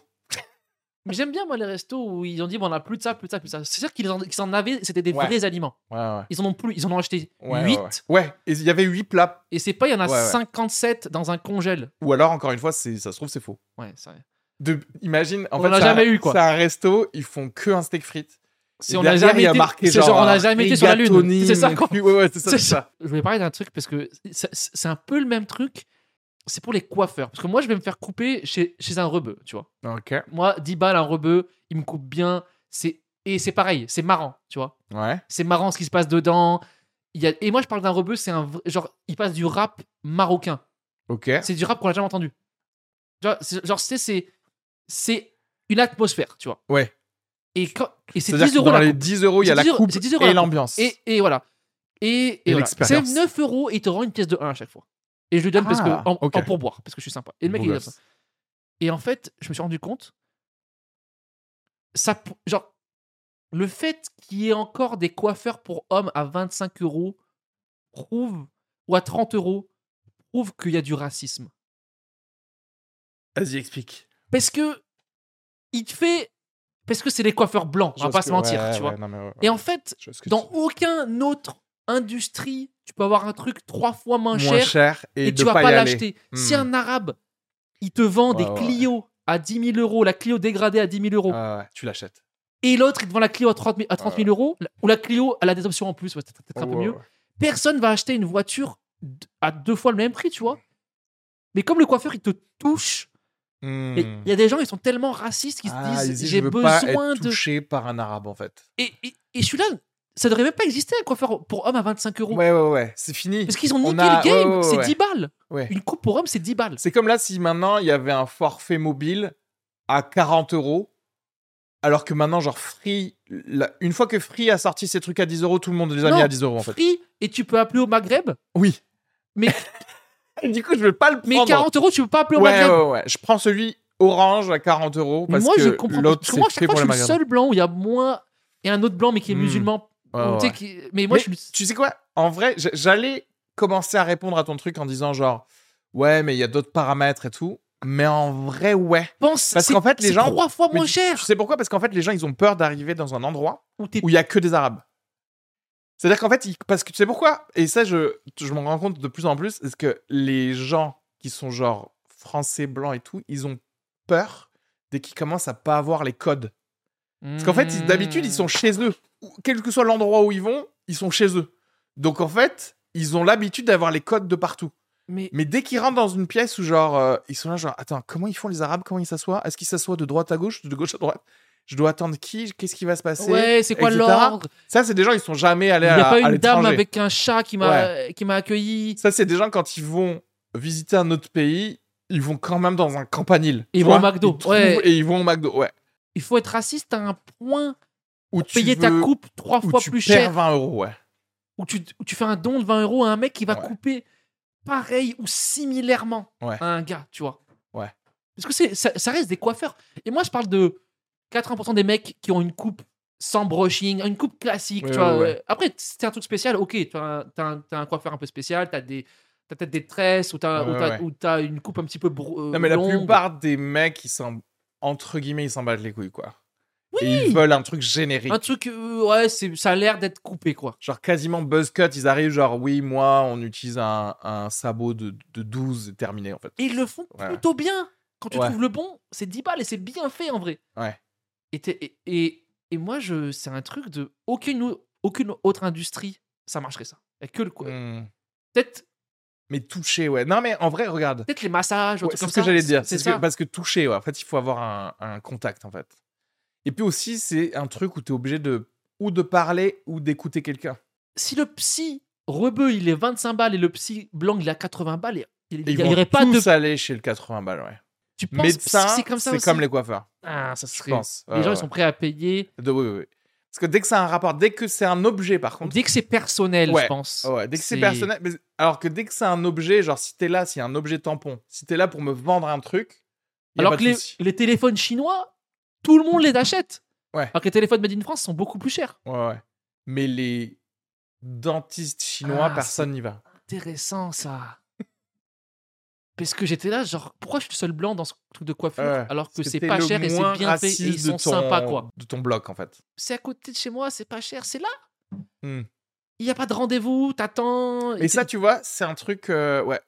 Mais j'aime bien, moi, les restos où ils ont dit, bon, on a plus de ça, plus de ça, plus de ça. C'est sûr qu'ils en, qu'ils en avaient, c'était des Ouais. vrais aliments. Ouais, ouais. Ils en ont plus, ils en ont acheté Ouais, 8. ouais, ouais. Ouais, et il y avait 8 plats. Et c'est pas, il y en a Ouais, ouais. 57 dans un congèle. Ou alors, encore une fois, c'est- ça se trouve, c'est faux. Ouais, c'est vrai. De, imagine, en On fait, l'a c'est un- jamais eu, quoi. C'est un resto, ils font que un steak frites. Si Et on a derrière, jamais il y a été- marqué c'est genre, on a un jamais été sur la lune. rigatoni, C'est ça, quoi. puis- Ouais, ouais, c'est ça. C'est c'est ça. Je voulais parler d'un truc parce que c'est- c'est c'est un peu le même truc. C'est pour les coiffeurs. Parce que moi, je vais me faire couper chez, chez un rebeu, tu vois. Ok. Moi, 10 balles, un rebeu, il me coupe bien. C'est Et c'est pareil, c'est marrant, tu vois. Ouais. C'est marrant ce qui se passe dedans. Il y a... Et moi, je parle d'un rebeu, c'est un. vrai- Genre, il passe du rap marocain. Ok. C'est du rap qu'on n'a jamais entendu. Genre, c'est- genre, c'est- c'est. C'est une atmosphère, tu vois. Ouais. Et, quand... et c'est C'est-à-dire 10 que euros dans la les coupe. 10 euros, il y a C'est la 10 euros- coupe c'est 10 euros et la coupe. l'ambiance. Et, et voilà. Et, et Et voilà. C'est l'expérience. 9 euros et il te rend une pièce de 1 à chaque fois. Et je lui donne parce que, Ah, en, ok. en pourboire, parce que je suis sympa. Et le mec, Beau il est gosse. comme ça. Et en fait, je me suis rendu compte. Ça, pou- genre, le fait qu'il y ait encore des coiffeurs pour hommes à 25 euros prouve, ou à 30 euros, prouve qu'il y a du racisme. Vas-y, explique. Parce que il te fait. Parce que c'est les coiffeurs blancs, on va pas se mentir, tu vois. Et en fait, dans aucun autre industrie, tu peux avoir un truc trois fois moins, moins cher et, et, de tu vas pas, pas, y aller. l'acheter. Si Hmm. un arabe, il te vend Ouais, des ouais, Clio à 10 000 euros, la Clio dégradée à 10 000 euros, Ah ouais, tu l'achètes. et l'autre, il te vend la Clio à 30 000, à 30 000 euros, la- ou la Clio, elle a des options en plus, ouais, c'est peut-être un peu Oh, Ouais, mieux, ouais. personne va acheter une voiture d- à deux fois le même prix, tu vois. Mais comme le coiffeur, il te touche, Hmm. et il y a des gens, ils sont tellement racistes qu'ils Ah, se ils disent, disent, je j'ai veux pas besoin être de... touché par un arabe en fait. Et, et, et je suis là, ça devrait même pas exister, un coiffeur pour homme à 25 euros. Ouais, ouais, ouais, c'est fini. Parce qu'ils ont On niqué a- le game, ouais, ouais, c'est ouais. 10 balles. Ouais. Une coupe pour homme, c'est 10 balles. C'est comme là si maintenant il y avait un forfait mobile à 40 euros, alors que maintenant, genre Free, la- une fois que Free a sorti ses trucs à 10 euros, tout le monde les a Non, mis à 10 euros en fait. Free, et tu peux appeler au Maghreb, Oui. Mais- (laughs) du coup, je vais pas le prendre. mais 40 euros, tu peux pas appeler au Oh, ouais, Maghreb. ouais, ouais. Je prends celui orange à 40 euros Mais parce moi, que je comprends pas. l'autre Parce que moi, à c'est fait chaque fois, pour je la suis le margarine. seul blanc où il y a moi et un autre blanc, mais qui est Hmm. musulman. Ouais, ou tu sais, ouais. qui- Mais moi, Mais je suis le- Tu sais quoi En vrai, j- j'allais commencer à répondre à ton truc en disant genre ouais, mais il y a d'autres paramètres et tout. Mais en vrai, ouais. pense. Parce c'est- qu'en fait, les c'est gens- trois fois Mais moins tu- Tu cher. sais pourquoi Parce qu'en fait, les gens ils ont peur d'arriver dans un endroit Où t'es- où il y a que des Arabes. C'est-à-dire qu'en fait, ils- parce que tu sais pourquoi Et ça, je, je m'en rends compte de plus en plus, c'est que les gens qui sont genre français, blancs et tout, ils ont peur dès qu'ils commencent à pas avoir les codes. Parce qu'en fait, ils- d'habitude, ils sont chez eux. Ou- Quel que soit l'endroit où ils vont, ils sont chez eux. Donc en fait, ils ont l'habitude d'avoir les codes de partout. Mais Mais dès qu'ils rentrent dans une pièce où genre, euh, ils sont là genre, attends, comment ils font les Arabes Comment ils s'assoient Est-ce qu'ils s'assoient de droite à gauche De gauche à droite Je dois attendre qui Qu'est-ce qui va se passer ouais, c'est quoi etc. l'ordre Ça, c'est des gens, ils sont jamais Il n'y allés à, a la- pas à une dame l'étranger. avec un chat qui m'a qui m'a accueilli. Ça, c'est des gens, quand ils vont visiter un autre pays, ils vont quand même dans un campanile. Ils Tu vont au vois McDo, Ils trouvent ouais. Et ils vont au McDo, ouais. Il faut être raciste à un point Où tu payer ta veux- coupe trois où fois tu plus perds cher 20 euros, ouais. ou tu, ou tu fais un don de 20 euros à un mec qui va Ouais. couper pareil ou similairement Ouais. à un gars, tu vois. Ouais. Parce que c'est, ça, ça reste des coiffeurs. Et moi, je parle de 80% des mecs qui ont une coupe sans brushing, une coupe classique, Ouais, tu vois. euh, ouais, ouais. Après, c'est un truc spécial, ok, tu as un, t'as un- t'as un coiffeur un peu spécial, tu as des... T'as peut-être des tresses ou t'as, Ouais, ou t'as- ouais. ou t'as une coupe un petit peu brou- euh, Non, mais la longue. plupart des mecs, ils s'en. Entre guillemets, ils s'en battent les couilles, quoi. Oui Et ils veulent un truc générique. Un truc, euh, ouais, c'est, ça a l'air d'être coupé, quoi. Genre quasiment buzzcut, ils arrivent genre, oui, moi, on utilise un, un sabot de, de 12 et terminé, en fait. Et ils le font Ouais. plutôt bien. Quand tu Ouais. trouves le bon, c'est 10 balles et c'est bien fait en vrai. Ouais. Et, t'es- et, et, et moi, je, c'est un truc de aucune, ou- aucune autre industrie, ça marcherait ça. Y a que le, peut-être, Hmm. peut-être Mais touché, ouais. Non, mais en vrai, regarde. les massages, ou Ouais, un c'est truc comme ce que ça, j'allais dire. C'est C'est ce que- bah ça. parce que toucher, ouais, en fait, il faut avoir un, un contact, en fait. Et puis aussi, c'est un truc où tu es obligé de ou de parler ou d'écouter quelqu'un. Si le psy rebeu, il est 25 balles et le psy blanc, il a 80 balles, et Il Et il ils y vont aurait pas de. tous aller chez le 80 balles, ouais. Tu penses Médecin, parce que c'est comme ça aussi les coiffeurs, Ah, ça je serait. pense. Les Ouais, gens, ouais. ils sont prêts à payer. De- oui, oui, oui. Parce que dès que c'est un rapport, dès que c'est un objet, par contre. Dès que c'est personnel, Ouais. je pense. Ah Ouais, dès que c'est c'est- personnel. mais- Alors que dès que c'est un objet, genre si t'es là, si un objet tampon, si t'es là pour me vendre un truc. y a Alors pas que de les, souci. les téléphones chinois, tout le monde les achète. Ouais. Alors que les téléphones made in France sont beaucoup plus chers. Ouais, ouais. Mais les dentistes chinois, Ah, personne n'y va. Intéressant ça. Parce que j'étais là, genre, pourquoi je suis le seul blanc dans ce truc de coiffure Ouais. alors que c'est C'était pas le cher et c'est moins bien fait et raciste ils sont de ton- sympas quoi. De ton bloc, en fait. C'est à côté de chez moi, c'est pas cher, c'est là. Hmm. Il y a pas de rendez-vous, t'attends. Et ça, tu vois, c'est un truc. euh, ouais.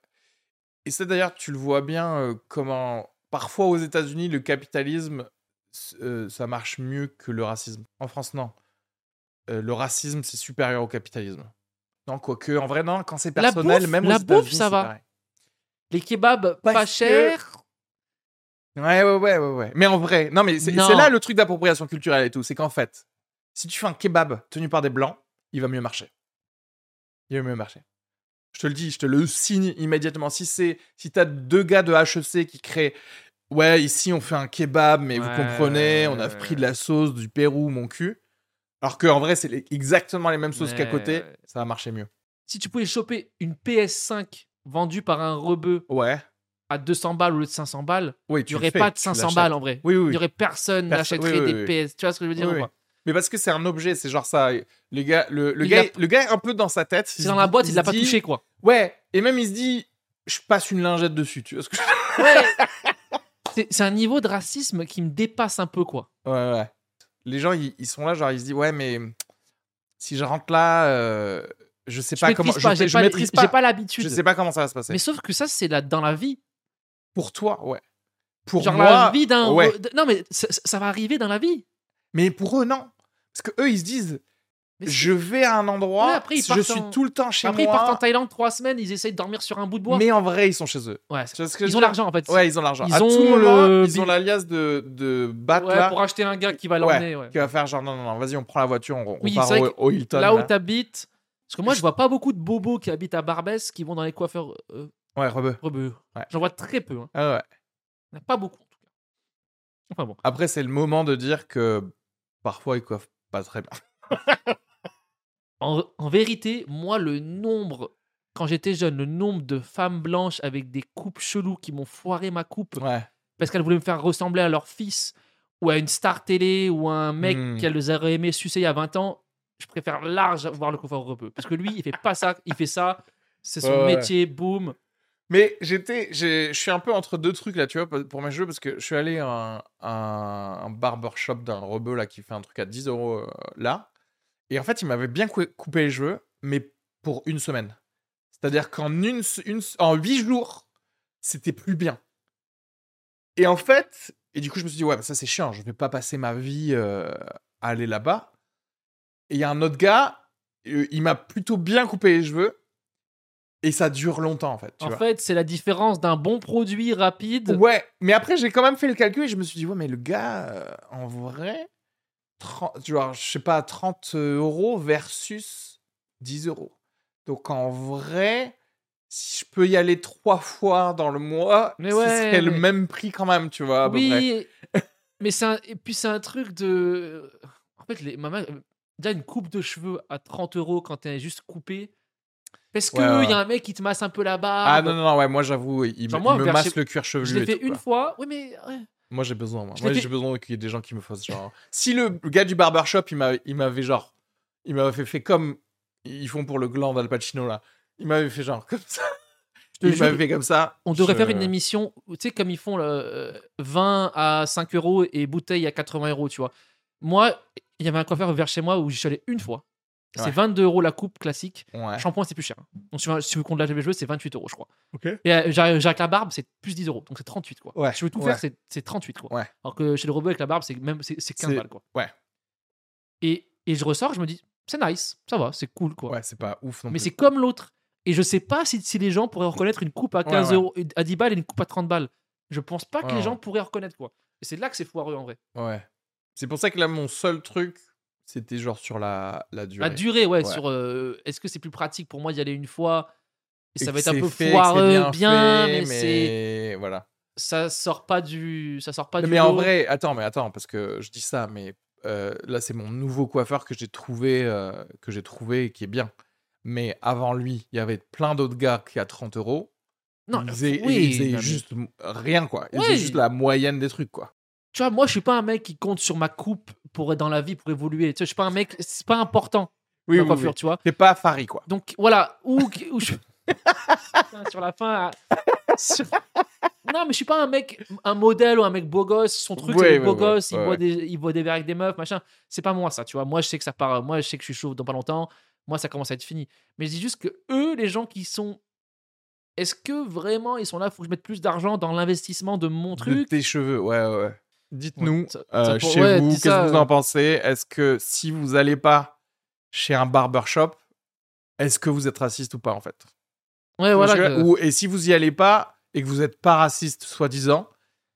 Et ça, d'ailleurs, tu le vois bien euh, comment. Parfois, aux États-Unis, le capitalisme, s- euh, ça marche mieux que le racisme. En France, non. Euh, le racisme, c'est supérieur au capitalisme. Non, quoique, en vrai, non, quand c'est La personnel, bouffe, même la aux bouffe, États-Unis, ça c'est va. pareil. les kebabs pas Parce que- chers. Ouais, ouais, ouais, ouais, ouais. Mais en vrai, non, mais c'est Non. c'est là le truc d'appropriation culturelle et tout. C'est qu'en fait, si tu fais un kebab tenu par des blancs, il va mieux marcher. Il va mieux marcher. Je te le dis, je te le signe immédiatement. Si c'est, si t'as deux gars de HEC qui créent, ouais, ici on fait un kebab, mais vous Ouais, comprenez, on ouais, a ouais, pris de la sauce du Pérou, mon cul. Alors qu'en vrai, c'est les- exactement les mêmes sauces qu'à Ouais, côté, ouais. ça va marcher mieux. Si tu pouvais choper une PS5 vendue par un rebeu Ouais. à 200 balles au lieu de 500 balles, Oui, il tu n'y le aurait fais, pas de tu 500 l'achètes. balles en vrai. Oui, oui. Il n'y aurait personne Personne- n'achèterait oui, oui, des oui. PS. Tu vois ce que je veux dire Oui, ou oui. pas Mais parce que c'est un objet, c'est genre ça. Les gars, le, le Il gars, l'a- le gars est un peu dans sa tête. C'est se dans la dit- boîte, il se l'a pas dit- touché quoi. Ouais, et même il se dit, je passe une lingette dessus, tu vois ce que je (laughs) C'est c'est un niveau de racisme qui me dépasse un peu quoi. Ouais, ouais. Les gens, ils, ils sont là, genre, ils se disent, ouais, mais si je rentre là, euh, je sais Je pas maîtrise comment. pas, je, j'ai je pas, maîtrise j'ai pas. pas Je l'habitude. sais pas comment ça va se passer. Mais sauf que ça c'est là dans la vie. Pour toi, ouais. Pour Genre moi, la vie d'un ouais. de- non mais ça, ça va arriver dans la vie. mais pour eux, non. Parce que eux, ils se disent, Mais c'est- je vais à un endroit, Ouais, après, ils je partent suis en- tout le temps chez Après ils moi. partent en Thaïlande trois semaines, ils essayent de dormir sur un bout de bois. mais en vrai, ils sont chez eux. Ouais, c'est- Tu vois ce que je ils ont veux dire l'argent en fait. Ouais, ils ont l'argent. Ils À ont tout moment, le- ils ont l'alias de, de Bat Ouais, là, pour acheter un gars qui va l'emmener. ouais. qui va faire genre non, non, non, vas-y, on prend la voiture, on, on Oui, part c'est au, vrai au Hilton. Là où là. t'habites. Parce que moi, je vois pas beaucoup de bobos qui habitent à Barbès qui vont dans les coiffeurs euh, Ouais, rebeu. rebeux. Ouais. J'en vois très peu. hein. Ah ouais. Il y en a pas beaucoup, en tout cas. Enfin bon. Après, c'est le moment de dire que parfois ils coiffent pas très bien. En, en vérité, moi, le nombre, quand j'étais jeune, le nombre de femmes blanches avec des coupes cheloues qui m'ont foiré ma coupe Ouais. parce qu'elles voulaient me faire ressembler à leur fils ou à une star télé ou à un mec Hmm. qu'elles auraient aimé sucer il y a 20 ans, je préfère large voir le coiffeur rebeu. Parce que lui, il fait pas ça, il fait ça. C'est son Ouais, ouais. métier, boum. Mais j'étais, j'ai- je suis un peu entre deux trucs là, tu vois, pour- pour mes jeux, parce que je suis allé à un, à un barbershop d'un rebeu là qui fait un truc à 10 euros euh, là. Et en fait, il m'avait bien cou- coupé les cheveux, mais pour une semaine. C'est-à-dire qu'en une, s- une s- en 8 jours, c'était plus bien. Et en fait, et du coup, je me suis dit, ouais, bah, ça c'est chiant, je vais pas passer ma vie euh, à aller là-bas. Et il y a un autre gars, euh, il m'a plutôt bien coupé les cheveux. Et ça dure longtemps en fait. Tu en vois. fait, c'est la différence d'un bon produit rapide. Ouais, mais après, j'ai quand même fait le calcul et je me suis dit, ouais, mais le gars, euh, en vrai, 30, genre, je sais pas, 30 euros versus 10 euros. Donc, en vrai, si je peux y aller trois fois dans le mois, Mais ce ouais, serait le mais- même prix quand même, tu vois, à peu près. oui, mais c'est un... et puis c'est un truc de. En fait, les... ma mère- déjà une coupe de cheveux à 30 euros quand t'es juste coupé. Parce que Ouais, ouais, il y a un mec qui te masse un peu la barbe. Ah non, non, non, ouais, moi, j'avoue, il, me- bah Genre, moi, il me vers masse chez- le cuir chevelu. je l'ai et fait tout, une quoi. fois. Oui, mais ouais. Moi, j'ai besoin, moi. Je l'ai Moi, fait- j'ai besoin qu'il y ait des gens qui me fassent genre. si le gars du barbershop, il m'avait, il m'avait genre. Il m'avait fait, fait comme ils font pour le gland d'Al Pacino, là. Il m'avait fait genre comme ça. te il jure, m'avait fait comme ça. on devrait Je- faire une émission, où, tu sais, comme ils font le euh, vin à 5 euros et bouteille à 80 euros, tu vois. Moi, il y avait un coiffeur vers chez moi où je suis allé une fois. C'est Ouais. 22 euros la coupe classique. Ouais. Shampoing, c'est plus cher. Donc, si tu- si tu veux qu'on de la cheveux, c'est 28 euros, je crois. Ok. Et euh, j'ai- j'ai avec la barbe, c'est plus 10 euros. Donc, c'est 38, quoi. Ouais, Si je veux tout ouais. faire, c'est- c'est 38, quoi. Ouais. Alors que chez le robot, avec la barbe, c'est même c'est c'est 15 C'est- balles, quoi. ouais. Et, et je ressors, je me dis, c'est nice, ça va, c'est cool, quoi. Ouais, c'est pas ouf non Mais plus. c'est comme l'autre. Et je sais pas si, si les gens pourraient reconnaître une coupe à Ouais, 15 ouais. euros, à 10 balles et une coupe à 30 balles. Je pense pas que Ouais, les ouais. gens pourraient reconnaître, quoi. Et c'est là que c'est foireux, en vrai. Ouais. C'est pour ça que là, mon seul truc, c'était genre sur la, la durée. La durée, ouais. Ouais. Sur, euh, est-ce que c'est plus pratique pour moi d'y aller une fois Et Et ça que va être un c'est peu fait, que c'est foireux, bien, fait, mais, c'est Voilà. ça sort pas du ça sort pas Ah, du mais en lot. vrai, attends, mais attends, parce que je dis ça, mais euh, là, c'est mon nouveau coiffeur que j'ai trouvé, euh, que j'ai trouvé et qui est bien. Mais avant lui, il y avait plein d'autres gars qui à 30 euros. non, ils faisaient, oui, ils faisaient non, mais- juste rien, quoi. Ils faisaient Ouais. juste la moyenne des trucs, quoi. Tu vois, moi je suis pas un mec qui compte sur ma coupe pour être dans la vie pour évoluer. Tu vois, je suis pas un mec, c'est pas important Oui, ma oui, coiffure, oui. tu vois. C'est pas Farid, quoi. Donc voilà, où, où je... (laughs) Putain, sur la fin. à- sur- (laughs) Non, mais je suis pas un mec, un modèle ou un mec beau gosse. Son truc, Ouais, c'est le ouais, beau ouais, gosse. il, ouais, boit ouais. des, il boit des verres avec des meufs, machin. C'est pas moi, ça, tu vois. Moi, je sais que ça part. Moi, je sais que je suis chaud dans pas longtemps. Moi, ça commence à être fini. Mais je dis juste que eux, les gens qui sont. Est-ce que vraiment ils sont là Faut que je mette plus d'argent dans l'investissement de mon De truc tes cheveux, ouais, ouais, ouais. Dites-nous, Ouais, ça- euh, ça pour- chez ouais, vous, dis qu'est-ce ça, que vous euh. en pensez Est-ce que si vous allez pas chez un barbershop, est-ce que vous êtes raciste ou pas, en fait euh, Ouais, voilà. Parce que- que- ou- et si vous y allez pas et que vous n'êtes pas raciste, soi-disant,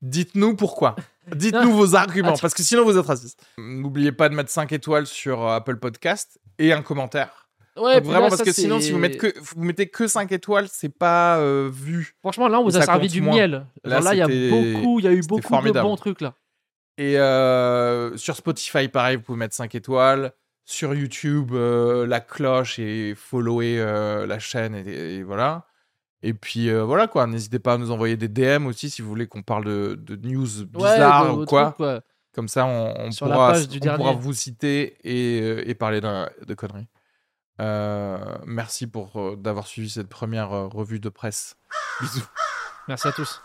dites-nous pourquoi. (laughs) Dites-nous Non. vos arguments, Attends. parce que sinon vous êtes raciste. N'oubliez pas de mettre 5 étoiles sur euh, Apple Podcast et un commentaire. Ouais, Donc puis là, vraiment, parce ça, que sinon, si vous, c'est- mettez que, vous mettez que 5 étoiles, c'est pas euh, vu. Franchement, là, on vous Ça a servi compte du moins. miel. Là, Genre là, il y a c'était- beaucoup, il y a eu c'était beaucoup de formidable. bons trucs là. Et euh, sur Spotify, pareil, vous pouvez mettre 5 étoiles. Sur YouTube, euh, la cloche et follower euh, la chaîne, et, et voilà. Et puis euh, voilà quoi, n'hésitez pas à nous envoyer des DM aussi si vous voulez qu'on parle de, de news Ouais, bizarres de- ou de quoi. trucs, quoi. Comme ça, on, on Sur la pourra, page du on pourra dernier. vous citer et, euh, et parler d'un- de conneries. Euh, merci pour euh, d'avoir suivi cette première euh, revue de presse. Bisous. Merci à tous.